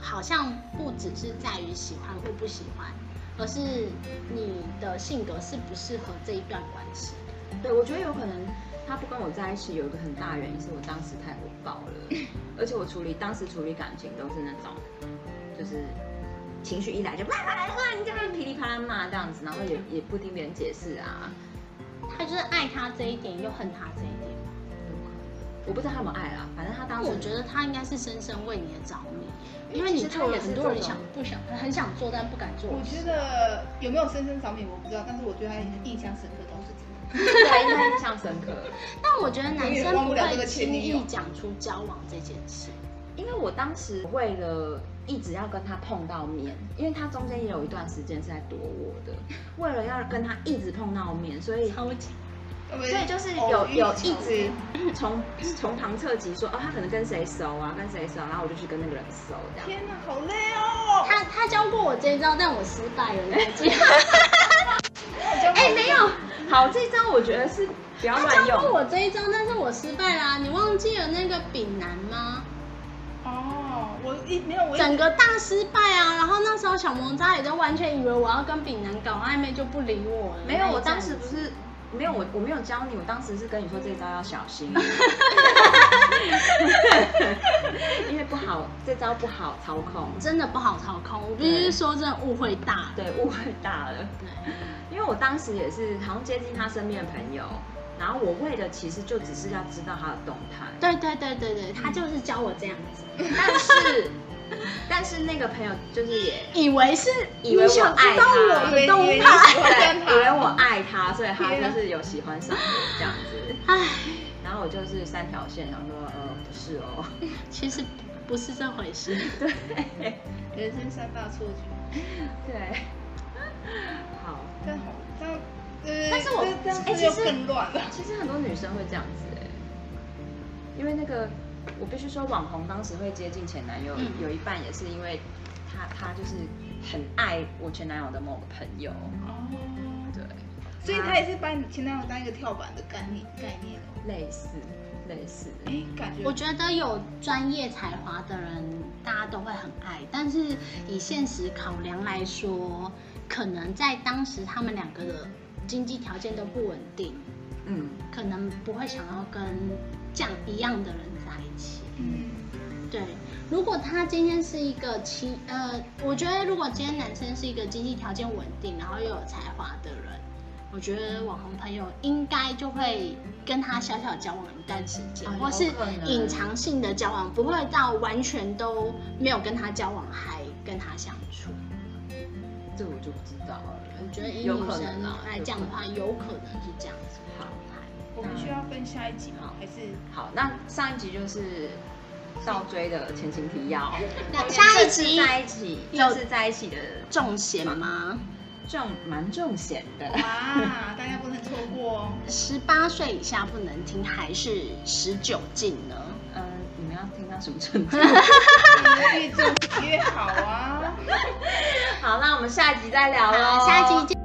[SPEAKER 1] 好像不只是在于喜欢或不喜欢，而是你的性格适不适合这一段关系。
[SPEAKER 3] 对我觉得有可能他不跟我在一起有一个很大原因是我当时太火爆 了，而且我处理当时处理感情都是那种，就是情绪一来就哇哇哇，你这样噼里啪啦骂这样子，然后也也不听别人解释啊。
[SPEAKER 1] 他就是爱他这一点，又恨他这一点。
[SPEAKER 3] 我不知道他有没有爱啦，反正他
[SPEAKER 1] 但
[SPEAKER 3] 当时
[SPEAKER 1] 我觉得他应该是深深为你的着迷，因为你做了很多人想不想很想做但不敢做
[SPEAKER 2] 我
[SPEAKER 1] 的
[SPEAKER 2] 觉
[SPEAKER 1] 事。
[SPEAKER 2] 得有没有深深着迷我不知道，但是我对他印象深刻都是真的。
[SPEAKER 3] 对应该印象深刻，
[SPEAKER 1] 但我觉得男生不
[SPEAKER 2] 我也忘不了这
[SPEAKER 1] 会
[SPEAKER 2] 个前
[SPEAKER 1] 轻
[SPEAKER 2] 女友
[SPEAKER 1] 易讲出交往这件事。
[SPEAKER 3] 因为我当时为了一直要跟他碰到面，因为他中间也有一段时间是在躲我的，为了要跟他一直碰到面，所以
[SPEAKER 1] 超级
[SPEAKER 2] 所
[SPEAKER 3] 所以就是有有一直从从旁侧击说，哦，他可能跟谁熟啊，跟谁熟，然后我就去跟那个人熟这样。
[SPEAKER 2] 天哪，好累哦！
[SPEAKER 1] 他他教过我这一招，但我失败了。你还记得
[SPEAKER 3] 哎，没有，好，这招我觉得是不要
[SPEAKER 1] 他
[SPEAKER 3] 乱
[SPEAKER 1] 教过
[SPEAKER 3] 用。
[SPEAKER 1] 我这一招，但是我失败啦、你忘记了那个丙男吗？
[SPEAKER 2] 哦，我一没有我一直
[SPEAKER 1] 整个大失败啊！然后那时候小萌渣也都完全以为我要跟丙男搞暧昧，就不理我了。
[SPEAKER 3] 没有，我当
[SPEAKER 1] 那一
[SPEAKER 3] 时
[SPEAKER 1] 阵
[SPEAKER 3] 不
[SPEAKER 1] 子
[SPEAKER 3] 是没有我我没有教你，我当时是跟你说这招要小心， 因为不好，这招不好操控，
[SPEAKER 1] 真的不好操控，我必须说真的误会大了。
[SPEAKER 3] 对，误会大了。
[SPEAKER 1] 对，
[SPEAKER 3] 因为我当时也是好像接近他身边的朋友，然后我为的其实就只是要知道他的动 态。
[SPEAKER 1] 对对对对对，
[SPEAKER 3] 嗯
[SPEAKER 1] 他就是教我这样子，
[SPEAKER 3] 但是，但是那个朋友就是也
[SPEAKER 1] 以为是你
[SPEAKER 3] 以为我
[SPEAKER 1] 想
[SPEAKER 3] 爱
[SPEAKER 1] 知道我
[SPEAKER 3] 他，
[SPEAKER 1] 的动
[SPEAKER 2] 以为
[SPEAKER 1] 态。
[SPEAKER 3] 对，以为我爱他，所以 他就是有喜欢上我这样子。
[SPEAKER 1] 唉，
[SPEAKER 3] 然后我就是三条线，想说呃不是哦，
[SPEAKER 1] 其实不是这回事。
[SPEAKER 3] 对
[SPEAKER 2] 人生三大错觉，
[SPEAKER 3] 对，好。
[SPEAKER 2] 但好像呃，
[SPEAKER 3] 但是我
[SPEAKER 2] 这样
[SPEAKER 3] 哎
[SPEAKER 2] 子
[SPEAKER 3] 其
[SPEAKER 2] 又
[SPEAKER 3] 实
[SPEAKER 2] 更乱了。
[SPEAKER 3] 其实很多女生会这样子哎、因为那个我必须说，网红当时会接近前男友，
[SPEAKER 1] 嗯
[SPEAKER 3] 有一半也是因为他他就是很爱我前男友的某个朋友，
[SPEAKER 2] 哦，
[SPEAKER 3] 对，
[SPEAKER 2] 所以他也是把你前男友当一个跳板的概念概念哦。
[SPEAKER 3] 类似类似，
[SPEAKER 2] 哎，感觉
[SPEAKER 1] 我觉得有专业才华的人，大家都会很爱，但是以现实考量来说，可能在当时他们两个的经济条件都不稳定，
[SPEAKER 3] 嗯，
[SPEAKER 1] 可能不会想要跟这样一样的人在一起。
[SPEAKER 2] 嗯，
[SPEAKER 1] 对，如果他今天是一个其呃，我觉得如果今天男生是一个经济条件稳定，然后又有才华的人，我觉得网红朋友应该就会跟他小小交往一段时间，
[SPEAKER 3] 啊有
[SPEAKER 1] 或是
[SPEAKER 3] 可能
[SPEAKER 1] 隐藏性的交往，不会到完全都没有跟他交往还跟他相处。
[SPEAKER 3] 这我就不知道了。
[SPEAKER 1] 我觉得以女
[SPEAKER 3] 有可
[SPEAKER 1] 生
[SPEAKER 3] 能啊
[SPEAKER 1] 来讲的话，有可能是这样子的状态。
[SPEAKER 2] 我们需要分下一集吗
[SPEAKER 3] 好？
[SPEAKER 2] 还是
[SPEAKER 3] 好，那上一集就是倒追的前情提要，
[SPEAKER 1] 那下一
[SPEAKER 3] 正
[SPEAKER 1] 集
[SPEAKER 3] 式在一起，
[SPEAKER 1] 有
[SPEAKER 3] 正式在一起的
[SPEAKER 1] 中邪吗？
[SPEAKER 3] 重蛮重险的。
[SPEAKER 2] 哇，大家不能错过哦。
[SPEAKER 1] 十八岁以下不能听，还是十九禁呢？
[SPEAKER 3] 嗯，你们要听到什 么程度？
[SPEAKER 2] 越正越好啊。啊
[SPEAKER 3] 好，那我们下一集再
[SPEAKER 1] 好，
[SPEAKER 3] 聊喽。
[SPEAKER 1] 哦下一集见。